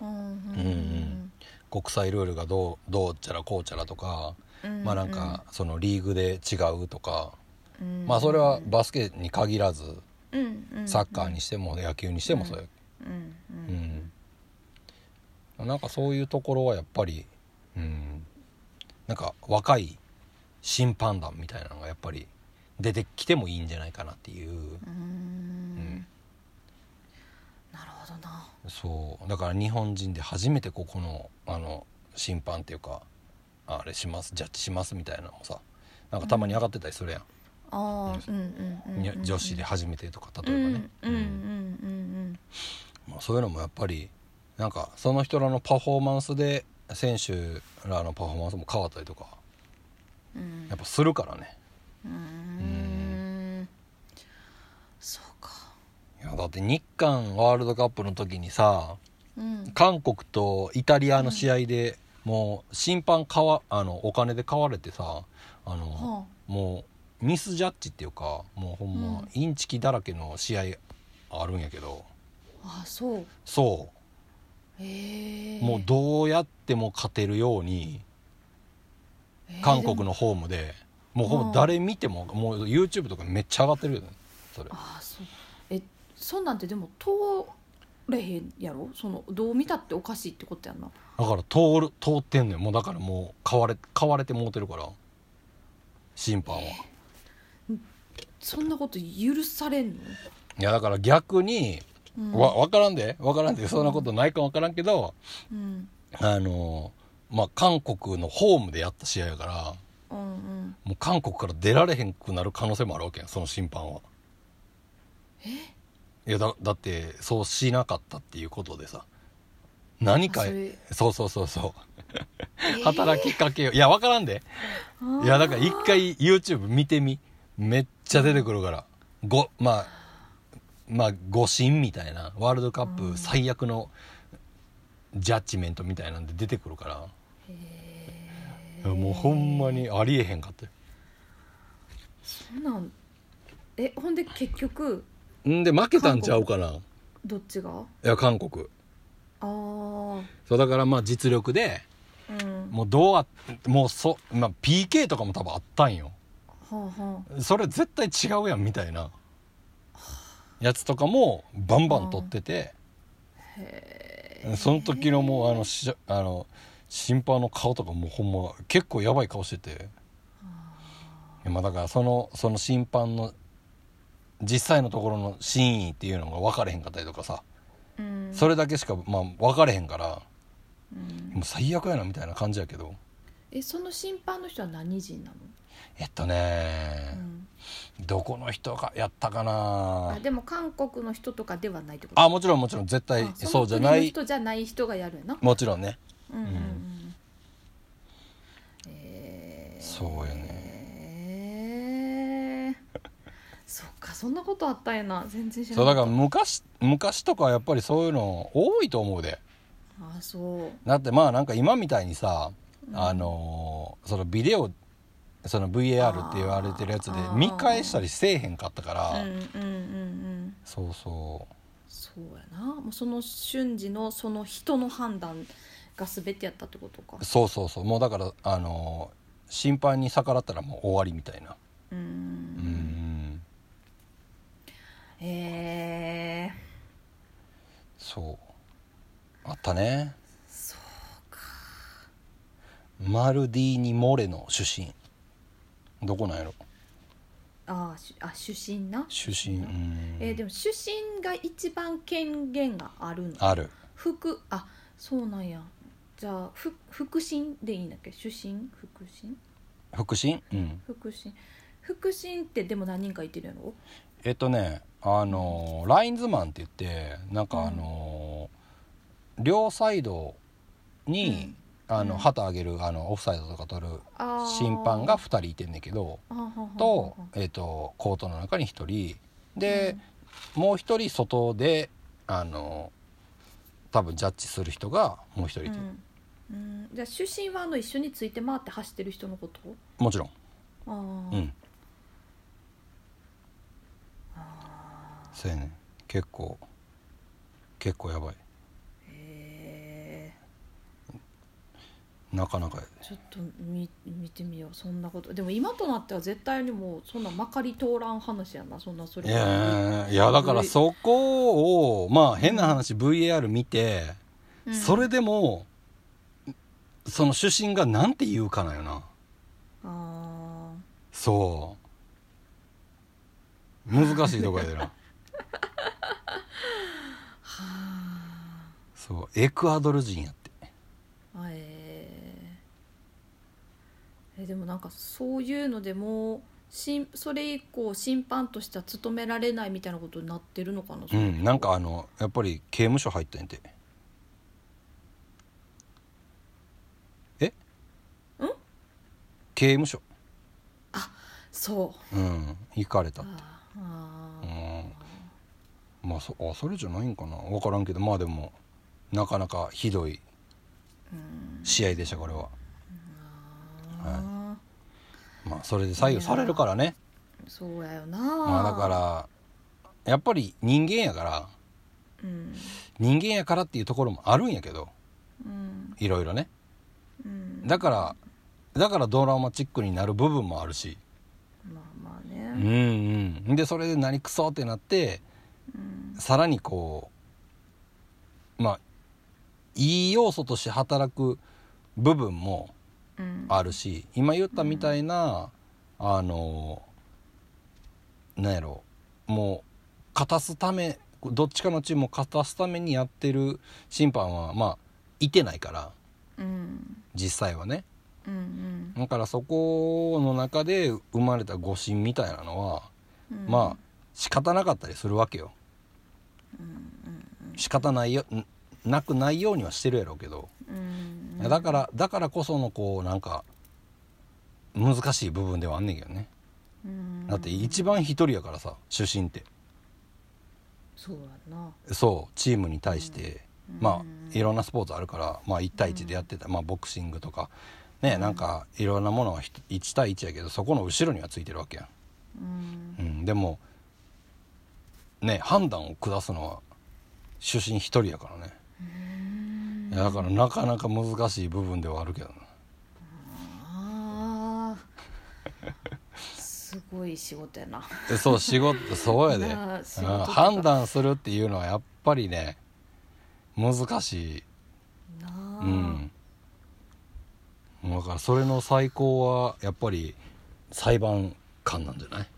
S2: うんうん
S1: うんうん国際ルールがどうどうちゃらこうちゃらとか、
S2: うん
S1: まあなんかそのリーグで違うとか、
S2: うん
S1: まあそれはバスケに限らず
S2: うんうん
S1: サッカーにしても野球にしてもそうや、
S2: うんう
S1: うんんなんかそういうところはやっぱり、うん、なんか若い審判団みたいなのがやっぱり出てきてもいいんじゃないかなっていう、
S2: うーん
S1: うん
S2: なるほどな
S1: そうだから日本人で初めてここのあの審判っていうかあれしますジャッジしますみたいなのもさなんかたまに上がってたりするやん、
S2: あーうんうんうん
S1: に
S2: うん
S1: 女子で初めてとか
S2: う
S1: 例えばね
S2: ん、うんうんうん
S1: まあ、そういうのもやっぱりなんかその人らのパフォーマンスで選手らのパフォーマンスも変わったりとか
S2: うんうん
S1: やっぱするからね
S2: うーんそうか
S1: いやだって日韓ワールドカップの時にさ
S2: うん
S1: 韓国とイタリアの試合で、もう審判買わあのお金で買われてさあの、
S2: は
S1: もうミスジャッジっていうかもうほんま
S2: うん
S1: インチキだらけの試合あるんやけど、
S2: ああそう
S1: そ
S2: へえ
S1: うもうどうやっても勝てるように
S2: えー
S1: 韓国
S2: でも
S1: のホームでもうほ
S2: うん
S1: ぼ誰見てももう YouTube とかめっちゃ上がってるよねそれ
S2: ああそうえそんなんてでも通れへんやろそのどう見たっておかしいってことやんな
S1: だから通る通ってんのよもうだからもう買われ買われてもうてるから審判は。
S2: そんなこと許されんの、
S1: いやだから逆に、
S2: うん、
S1: わ分からんで分からんでそんなことないか分からんけど、
S2: うん
S1: あのまあ韓国のホームでやった試合やから
S2: うんうん
S1: もう韓国から出られへんくなる可能性もあるわけやんその審判はえいやだだってそうしなかったっていうことでさ何か
S2: あそれ
S1: そうそうそうそう働きかけよういや分からんでいやだから一回 YouTube 見てみめっちゃ出てくるからごまあまあ誤審みたいなワールドカップ最悪のジャッジメントみたいなんで出てくるから、いやもうほんまにありえへんかったよ
S2: そんなんえほんで結局
S1: んで負けたんちゃうかない
S2: どっちが
S1: や韓国
S2: あー
S1: そうだからまあ実力で
S2: うんは
S1: もうどうあもうそ、まあ、PK とかも多分あったんよ
S2: あはあ
S1: それ絶対違うやんみたいなやつとかもバンバン取ってて、その時のもうあのしあの審判の顔とかもうほんま結構やばい顔してて、まあ、だからそのその審判の実際のところの真意っていうのが分かれへんかったりとかさ
S2: うん
S1: それだけしか、まあ、分かれへんから
S2: うん
S1: もう最悪やなみたいな感じやけど
S2: えその審判の人は何人なの、
S1: えっとね
S2: う、ん、
S1: どこの人がやったかな
S2: あでも韓国の人とかではないってこと
S1: あもちろんもちろん絶対
S2: あ
S1: そうじゃ
S2: の
S1: な
S2: 国の
S1: い
S2: 人じゃない人がやるよな
S1: もちろんね
S2: うんうんうん
S1: う
S2: えー
S1: そうやね
S2: えーそっかそんなことあったんやな全然知ら
S1: そ
S2: な
S1: うだ
S2: か
S1: か
S2: っ
S1: ら昔昔とかはやっぱりそういうの多いと思うで
S2: たあそう
S1: だってまあなんか今みたいにさ、
S2: うん
S1: あのーそのビデオその VAR って言われてるやつで
S2: あー
S1: 見返したりせえへんかったから、
S2: うんうんうんうん
S1: そうそう
S2: そうやなもうその瞬時のその人の判断が全てやったってことか
S1: そうそうそうもうだからあのー審判に逆らったらもう終わりみたいな
S2: うー
S1: うんん
S2: えー、
S1: そうあったね
S2: そう
S1: マルディーニ・モレの出身どこなんやろ
S2: あーしあ出身な
S1: 出身うん
S2: えー、でも出身が一番権限があるの
S1: ある
S2: 福あそうなんやじゃあふ福神でいいんだっけ主神福神
S1: 腹心うん
S2: 福神福神ってでも何人かいてるやろ
S1: えっとねあのーラインズマンって言ってなんかあのー両サイドに、あ
S2: う
S1: の
S2: ん
S1: 旗上げるあのオフサイドとか取る
S2: あー
S1: 審判が2人いてんねんけど
S2: あはんはんはん
S1: と,、
S2: はん
S1: えっとコートの中に1人で、もう1人外であのー多分ジャッジする人がもう1人いて
S2: う、ん、うん、じゃあ主審はあの一緒について回って走ってる人のこと
S1: もちろん、
S2: あ
S1: う
S2: ー
S1: ん、そうやね結構結構やばい
S2: へ
S1: なかなかやで
S2: ーちょっと見見てみようそんなことでも今となっては絶対にもうそんなまかり通らん話やなそんなそれ
S1: いやいやだからそこをまあ変な話 VAR 見て、
S2: うん
S1: それでもその主審がなんて言うかなよな
S2: あー
S1: そう難しいとこや
S2: [laughs]
S1: でな
S2: はあ
S1: そうエクアドル人やって
S2: あえーえでもなんかそういうのでもうしんそれ以降審判としては務められないみたいなことになってるのかな、そうれ
S1: んなんかあのやっぱり刑務所入ったんやてえ刑務所
S2: そう
S1: うん行かれた
S2: ああ
S1: う
S2: ー
S1: んまあそあそれじゃないんかな分からんけどまあでもなかなかひどい試合でしたこれは
S2: あ
S1: まあそれで左右されるからね
S2: ーそうやよな
S1: まあだからやっぱり人間やから
S2: うん
S1: 人間やからっていうところもあるんやけど
S2: うん
S1: いろいろね
S2: うん
S1: だからだからドラマチックになる部分もあるし
S2: まあまあ
S1: うん
S2: ね
S1: うんでそれで何クソってなって
S2: うん
S1: さらにこうまあいい要素として働く部分も
S2: うん
S1: あるし今言ったみたいな、あのなんやろもう勝たすためどっちかのチームを勝たすためにやってる審判はまあいてないから
S2: うん
S1: 実際はね
S2: うんうん
S1: だからそこの中で生まれた誤信みたいなのは、
S2: うん
S1: まあ仕方なかったりするわけよ、仕方ないよんなくないようにはしてるやろうけど、
S2: うん
S1: だからだからこそのこうなんか難しい部分ではあんねんけどね
S2: うん
S1: だって一番一人やからさ主審って
S2: そうやな
S1: そうチームに対して、まあい
S2: ろ
S1: ろんなスポーツあるから、まあ、1対1でやってた、まあ、ボクシングとかねなんかいろんなものはひと1対1やけどそこの後ろにはついてるわけや
S2: うん
S1: ん、うん、でもね判断を下すのは主審一人やからねいやだからなかなか難しい部分ではあるけどな
S2: あ
S1: [laughs]
S2: ーすごい仕事やな
S1: えそう仕
S2: [laughs]
S1: 事そうやで、
S2: なあ仕
S1: うん
S2: 事とか
S1: 判断するっていうのはやっぱりね難しい
S2: なあ
S1: うんだからそれの最高はやっぱり裁判官なんじゃない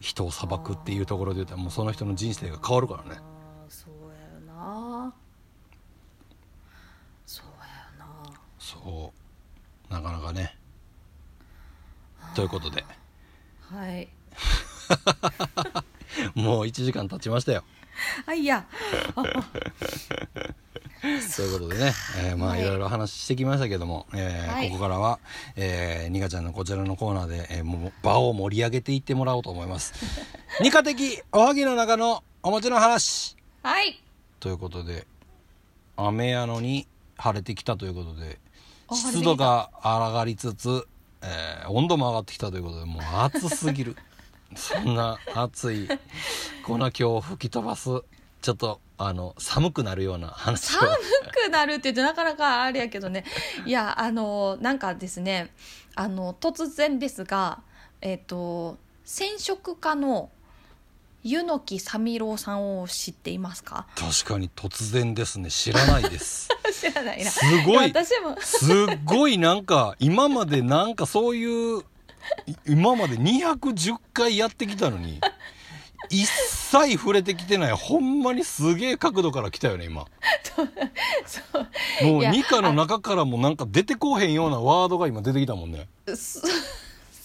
S1: 人を裁くっていうところで言ったらもうその人の人生が変わるからね
S2: あーそうやよなそうやよな
S1: そうなかなかねということで
S2: はい
S1: もう1時間経ちましたよ
S2: あいや
S1: ということでね、えーまあ
S2: はい
S1: いろいろ話してきましたけども、えー
S2: はい
S1: ここからは、えー、ニカちゃんのこちらのコーナーで、えーもう場を盛り上げていってもらおうと思い
S2: [laughs]
S1: ます。ニカ的おはぎの中のお餅の話
S2: はい
S1: ということで雨やのに晴れてきたということで
S2: あ晴
S1: 湿
S2: れてきた
S1: 度が上がりつつ、えー温度も上がってきたということでもう暑すぎる [laughs] そんな暑いこの今日を吹き飛ばすちょっとあの寒くなるような話を
S2: 寒くなるって言ってなかなかあれやけど [laughs] ねいやあのなんかですねあの突然ですがえっ、と染色家の柚木三郎さんを知っていますか
S1: 確かに突然ですね知らないです
S2: 知ら [laughs] ないな
S1: すごい
S2: や私も
S1: すっごいなんか今までなんかそういうい今まで210回やってきたのに一切触れてきてないほんまにすげえ角度から来たよね今
S2: そう
S1: もう
S2: いや
S1: 2課の中からもなんか出てこうへんようなワードが今出てきたもんね
S2: そ [laughs]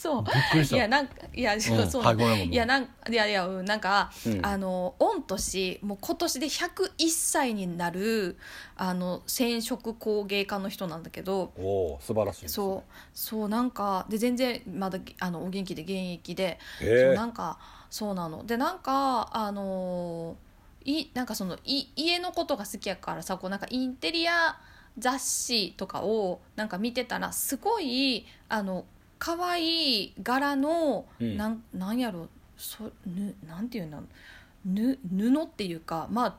S2: そう
S1: びっくりした
S2: いやなんかいや、
S1: ん
S2: そう、
S1: はいごめんごめん
S2: いやなんいやいやうんなんか、
S1: うん
S2: あの御年もう今年で101歳になるあの染色工芸家の人なんだけど
S1: おお素晴らしい
S2: そうそうなんかで全然まだあのお元気で現役で、
S1: へ
S2: そう
S1: え
S2: なんかそうなのでなんかあのいなんかそのい家のことが好きやからさこうなんかインテリア雑誌とかをなんか見てたらすごいあの可愛い柄の、
S1: うん
S2: なんなんやろそぬなんていうのぬ布っていうかまあ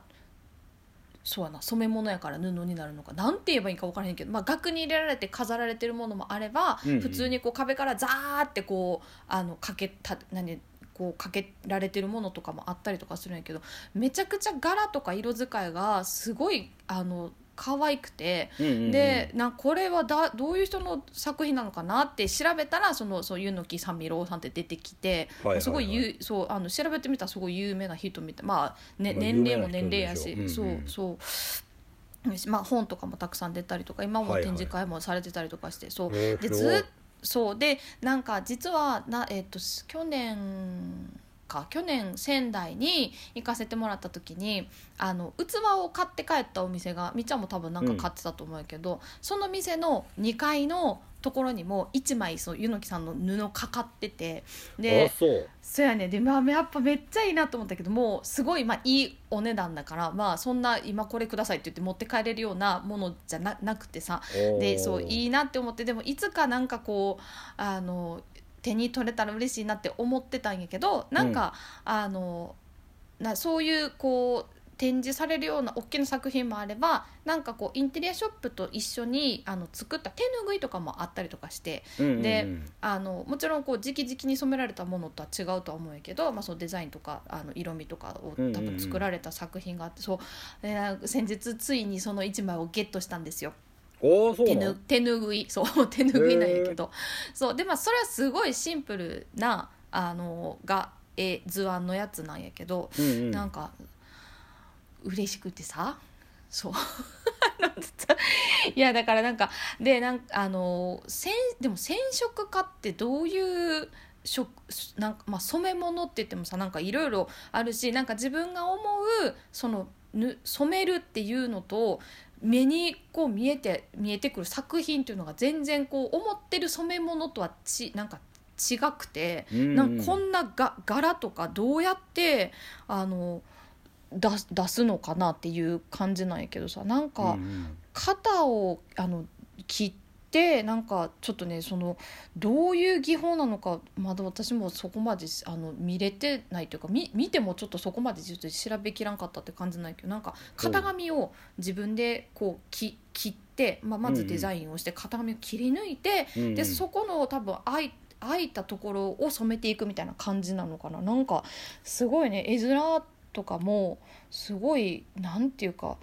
S2: そうやな染め物やから布になるのかなんて言えばいいか分からへんけど、まあ、額に入れられて飾られてるものもあれば、
S1: うんうん
S2: 普通にこう壁からザーってこうあのかけた何こうかけられてるものとかもあったりとかするんやけどめちゃくちゃ柄とか色使いがすごいあの可愛くて。でなんこれはだどういう人の作品なのかなって調べたらそのそう柚木三郎さんって出てきて、
S1: はいはいはい
S2: すごいゆそうあの調べてみたらすごい有名な人みたいまあ、ね
S1: まあ
S2: 年齢も
S1: 有名な人
S2: 年齢
S1: で
S2: やし、
S1: しょ
S2: そううん
S1: うん
S2: そうよしまあ、本とかもたくさん出たりとか今も
S1: はいはい
S2: 展示会もされてたりとかして、そう
S1: へー
S2: で
S1: そ
S2: ず
S1: う
S2: っそうでなんか実はな、えっと去年か去年仙台に行かせてもらった時にあの器を買って帰ったお店がみっちゃんも多分なんか買ってたと思うけど、その店の2階のところにも1枚そう柚木さんの布かかってて
S3: あ
S2: で
S3: そう
S2: そうやねで、まあ、やっぱめっちゃいいなと思ったけどもうすごい、まあ、いいお値段だから、まあ、そんな今これくださいって言って持って帰れるようなものじゃななくてさ
S3: おー
S2: でそういいなって思ってでもいつかなんかこうあの手に取れたら嬉しいなって思ってたんやけどなんか、あのなそういうこう展示されるような大きな作品もあればなんかこうインテリアショップと一緒にあの作った手ぬぐいとかもあったりとかして
S3: うんうんうん
S2: であのもちろんこう直々に染められたものとは違うとは思うんやけど、まあ、そのデザインとかあの色味とかを
S3: うんうんうん
S2: 多分作られた作品があって、そう、えー先日ついにその1枚をゲットしたんですよ。
S3: おーそう
S2: 手
S3: な
S2: ぬ
S3: の
S2: 手ぬぐいそう [laughs] 手ぬぐいなんやけどそうでまあそれはすごいシンプルなあのがえ図案のやつなんやけど、
S3: うんうん
S2: なんか嬉しくてさそう [laughs] あのずっといやだからなんかでなんかあの染でも染色家ってどういう色なんか、まあ、染め物って言ってもさなんかいろいろあるしなんか自分が思うそのぬ染めるっていうのと目にこう見えて見えてくる作品っていうのが全然こう思ってる染め物とはちなんか違くて。
S3: うん
S2: な
S3: うんん
S2: かこんなが柄とかどうやってあの出す出すのかなっていう感じなんやけどさなんか
S3: うんうん
S2: 肩をあの切ってなんかちょっとねそのどういう技法なのかまだ私もそこまであの見れてないというか見見てもちょっとそこまで実は調べきらんかったって感じなんやけどなんか型紙を自分でこうき切って、まあ、まずデザインをして型紙を切り抜いて、
S3: うん
S2: でそこの多分空い空いたところを染めていくみたいな感じなのかななんかすごいね絵面とかもすごいなんていうか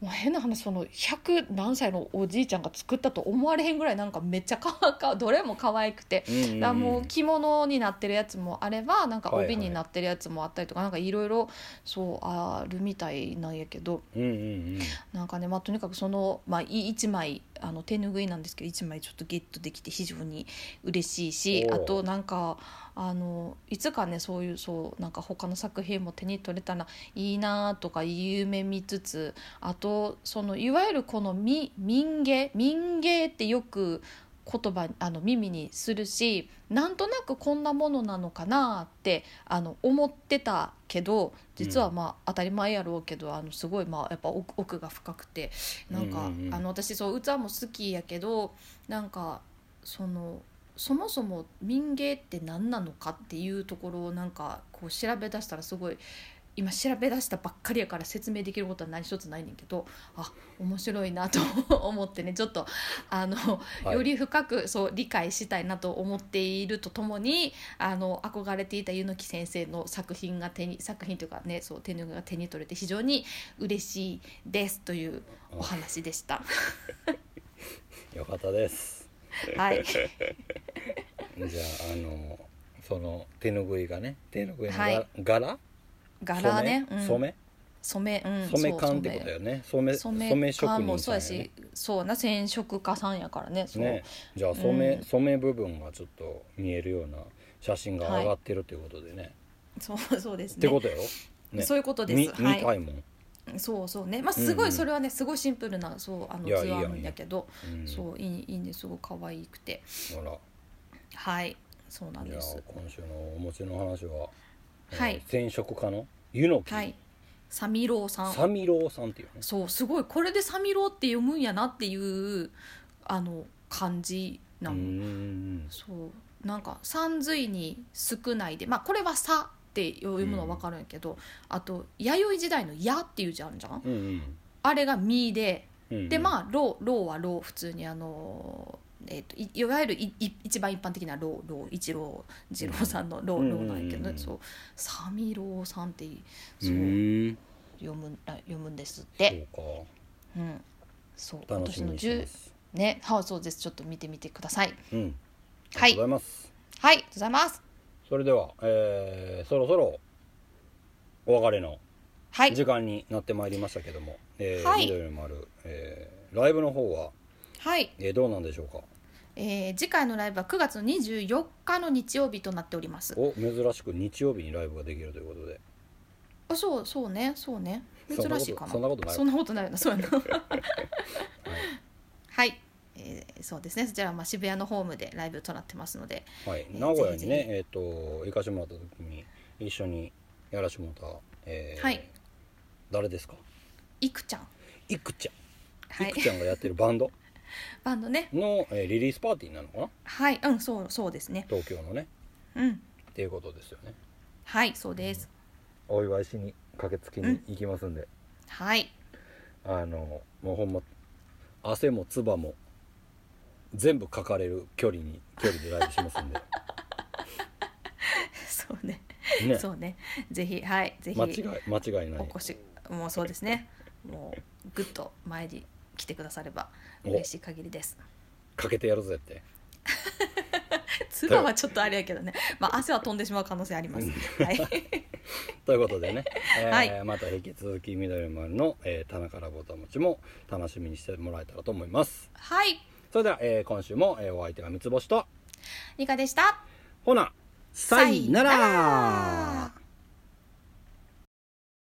S2: もう変な話その100何歳のおじいちゃんが作ったと思われへんぐらいなんかめっちゃか [laughs] わかどれも可愛くて
S3: うんうんうん
S2: だからもう着物になってるやつもあればなんか
S3: はいはい
S2: 帯になってるやつもあったりとか、なんかいろいろそうあるみたいなんやけど
S3: うんうん
S2: なんかね、まあ、とにかくその、まあ、い一枚あの手ぬぐいなんですけど一枚ちょっとゲットできて非常に嬉しいし
S3: おー
S2: あとなんかあのいつかねそういうそうなんか他の作品も手に取れたらいいなとかいう夢見つつあとそのいわゆるこのみ民芸民芸ってよく言葉あの耳にするしなんとなくこんなものなのかなってあの思ってたけど実は
S3: う
S2: まあ当たり前やろうけどあのすごいまあやっぱ奥奥が深くてなんか、
S3: うんうんうん
S2: あの私そう器も好きやけどなんかそのそもそも民芸って何なのかっていうところをなんかこう調べ出したらすごい今調べ出したばっかりやから説明できることは何一つないねんけどあ面白いなと [laughs] 思ってねちょっとあの
S3: うんはい
S2: より深くそう理解したいなと思っているとともにあの憧れていた柚木先生の作品が手に作品というかねそう手ぬぐいが手に取れて非常に嬉しいですというお話
S3: [laughs]
S2: でした。
S3: よかったです
S2: はい、
S3: じゃああのその手ぬぐいがね手ぬぐいのが、
S2: はい
S3: 柄
S2: 柄ね
S3: 染め、
S2: うん、
S3: 染
S2: 染め、う
S3: め
S2: ん、
S3: 染め
S2: そう
S3: 感ってことだよね染め
S2: 染め
S3: 染め職人さ
S2: 感
S3: ん、ね、
S2: もそうやし、そうな染色家さんやからねそう
S3: ね、じゃあ染め、
S2: うん
S3: 染め部分がちょっと見えるような写真が上がってるということでね、
S2: そうそうです
S3: っ
S2: ね
S3: てことよ、ね
S2: そういうことで
S3: み
S2: す
S3: 見
S2: は
S3: たいもん、
S2: いそうそうねまあすご
S3: うんう
S2: い
S3: ん
S2: それはねすごいシンプルなそうあの
S3: いや
S2: 図
S3: いいやん
S2: 案やけど
S3: うん、
S2: そういいいいんですごい可愛くて
S3: ほら
S2: はいそうなん
S3: じゃ
S2: で
S3: あ
S2: す
S3: 今週のお餅の話は、
S2: はい
S3: えー染色家の湯の木、
S2: はいサミローさん
S3: サミローさんっていうね
S2: そうすごいこれでサミローって読むんやなっていうあの感じな
S3: う
S2: の
S3: ん
S2: そうなんか「三髄に少ないで」まあこれは「さ」って読むのは分かるんやけど、あと弥生時代の「や」っていう字あるじゃん
S3: うんうん
S2: あれが「み」で
S3: うん
S2: でまあ「ろ」「ろ」は「ろ」普通にあのえー、といいわゆるいい一番一般的な「ろ」「ろ」一郎二郎さんの「ろ」
S3: う
S2: 「
S3: ん
S2: ろ」なんやけど、ね
S3: うん
S2: そう「さみろうさん」って
S3: う
S2: そう、
S3: ん
S2: 読むあ読むんですっ
S3: そ
S2: て。
S3: う
S2: うんそう
S3: か
S2: 今
S3: 楽し
S2: 年
S3: み
S2: の
S3: にして
S2: 10
S3: ます
S2: ねはいそうですちょっと見てみてください
S3: うんありが
S2: は
S3: とう
S2: い
S3: ございます
S2: はいありがとうございます
S3: それでは、えーそろそろお別れの
S2: はい
S3: 時間になってまいりましたけども、えー
S2: はい
S3: 緑の丸、えーライブの方は、
S2: はい
S3: えーどうなんでしょうか
S2: えー次回のライブは9月の24日の日曜日となっております
S1: お珍しく日曜日にライブができるということで
S2: あそうそうねそうね珍しいかな
S1: そんなことない
S2: そんなことないよなそう
S1: [laughs]
S2: やなはい、えーそうですねそちらはまあ渋谷のホームでライブとなってますので
S1: はい、
S2: えー
S1: 名古屋にね
S2: ぜひ
S1: えっ、と行かしてもらった時に一緒にやらしてもらった、えー
S2: はい
S1: 誰ですか
S2: いくちゃん
S1: いくちゃん、、
S2: はいい
S1: くちゃんがやってるバンド
S2: バンドね
S1: の、えーリリースパーティーなのかな
S2: はいうんそうそうですね
S1: 東京のね
S2: うん
S1: っていうことですよね
S2: はいそうです
S1: お祝いしに駆けつけに行きますんで、
S2: はい
S1: あのもうほんま汗も唾も全部かかれる距離に距離でライブしますんで
S2: [laughs] そうね
S1: ね
S2: そうねぜひはいぜひ
S1: 間違い間違いな
S2: お
S1: い
S2: 越しもうそうですねもうぐっと前に来てくだされば嬉しい限りです [laughs]
S1: かけてやるぜって
S2: 唾はちょっとあれやけどね、まあ、汗は飛んでしまう可能性あります。はい、
S1: ということでね、えー
S2: はい
S1: また引き続き緑丸の、えー、棚からぼたもちも楽しみにしてもらえたらと思います
S2: はい、
S1: それでは、えー今週も、えーお相手は三つ星と
S2: ニカでした。
S1: ほなさいな
S2: さいな
S1: ら
S2: ら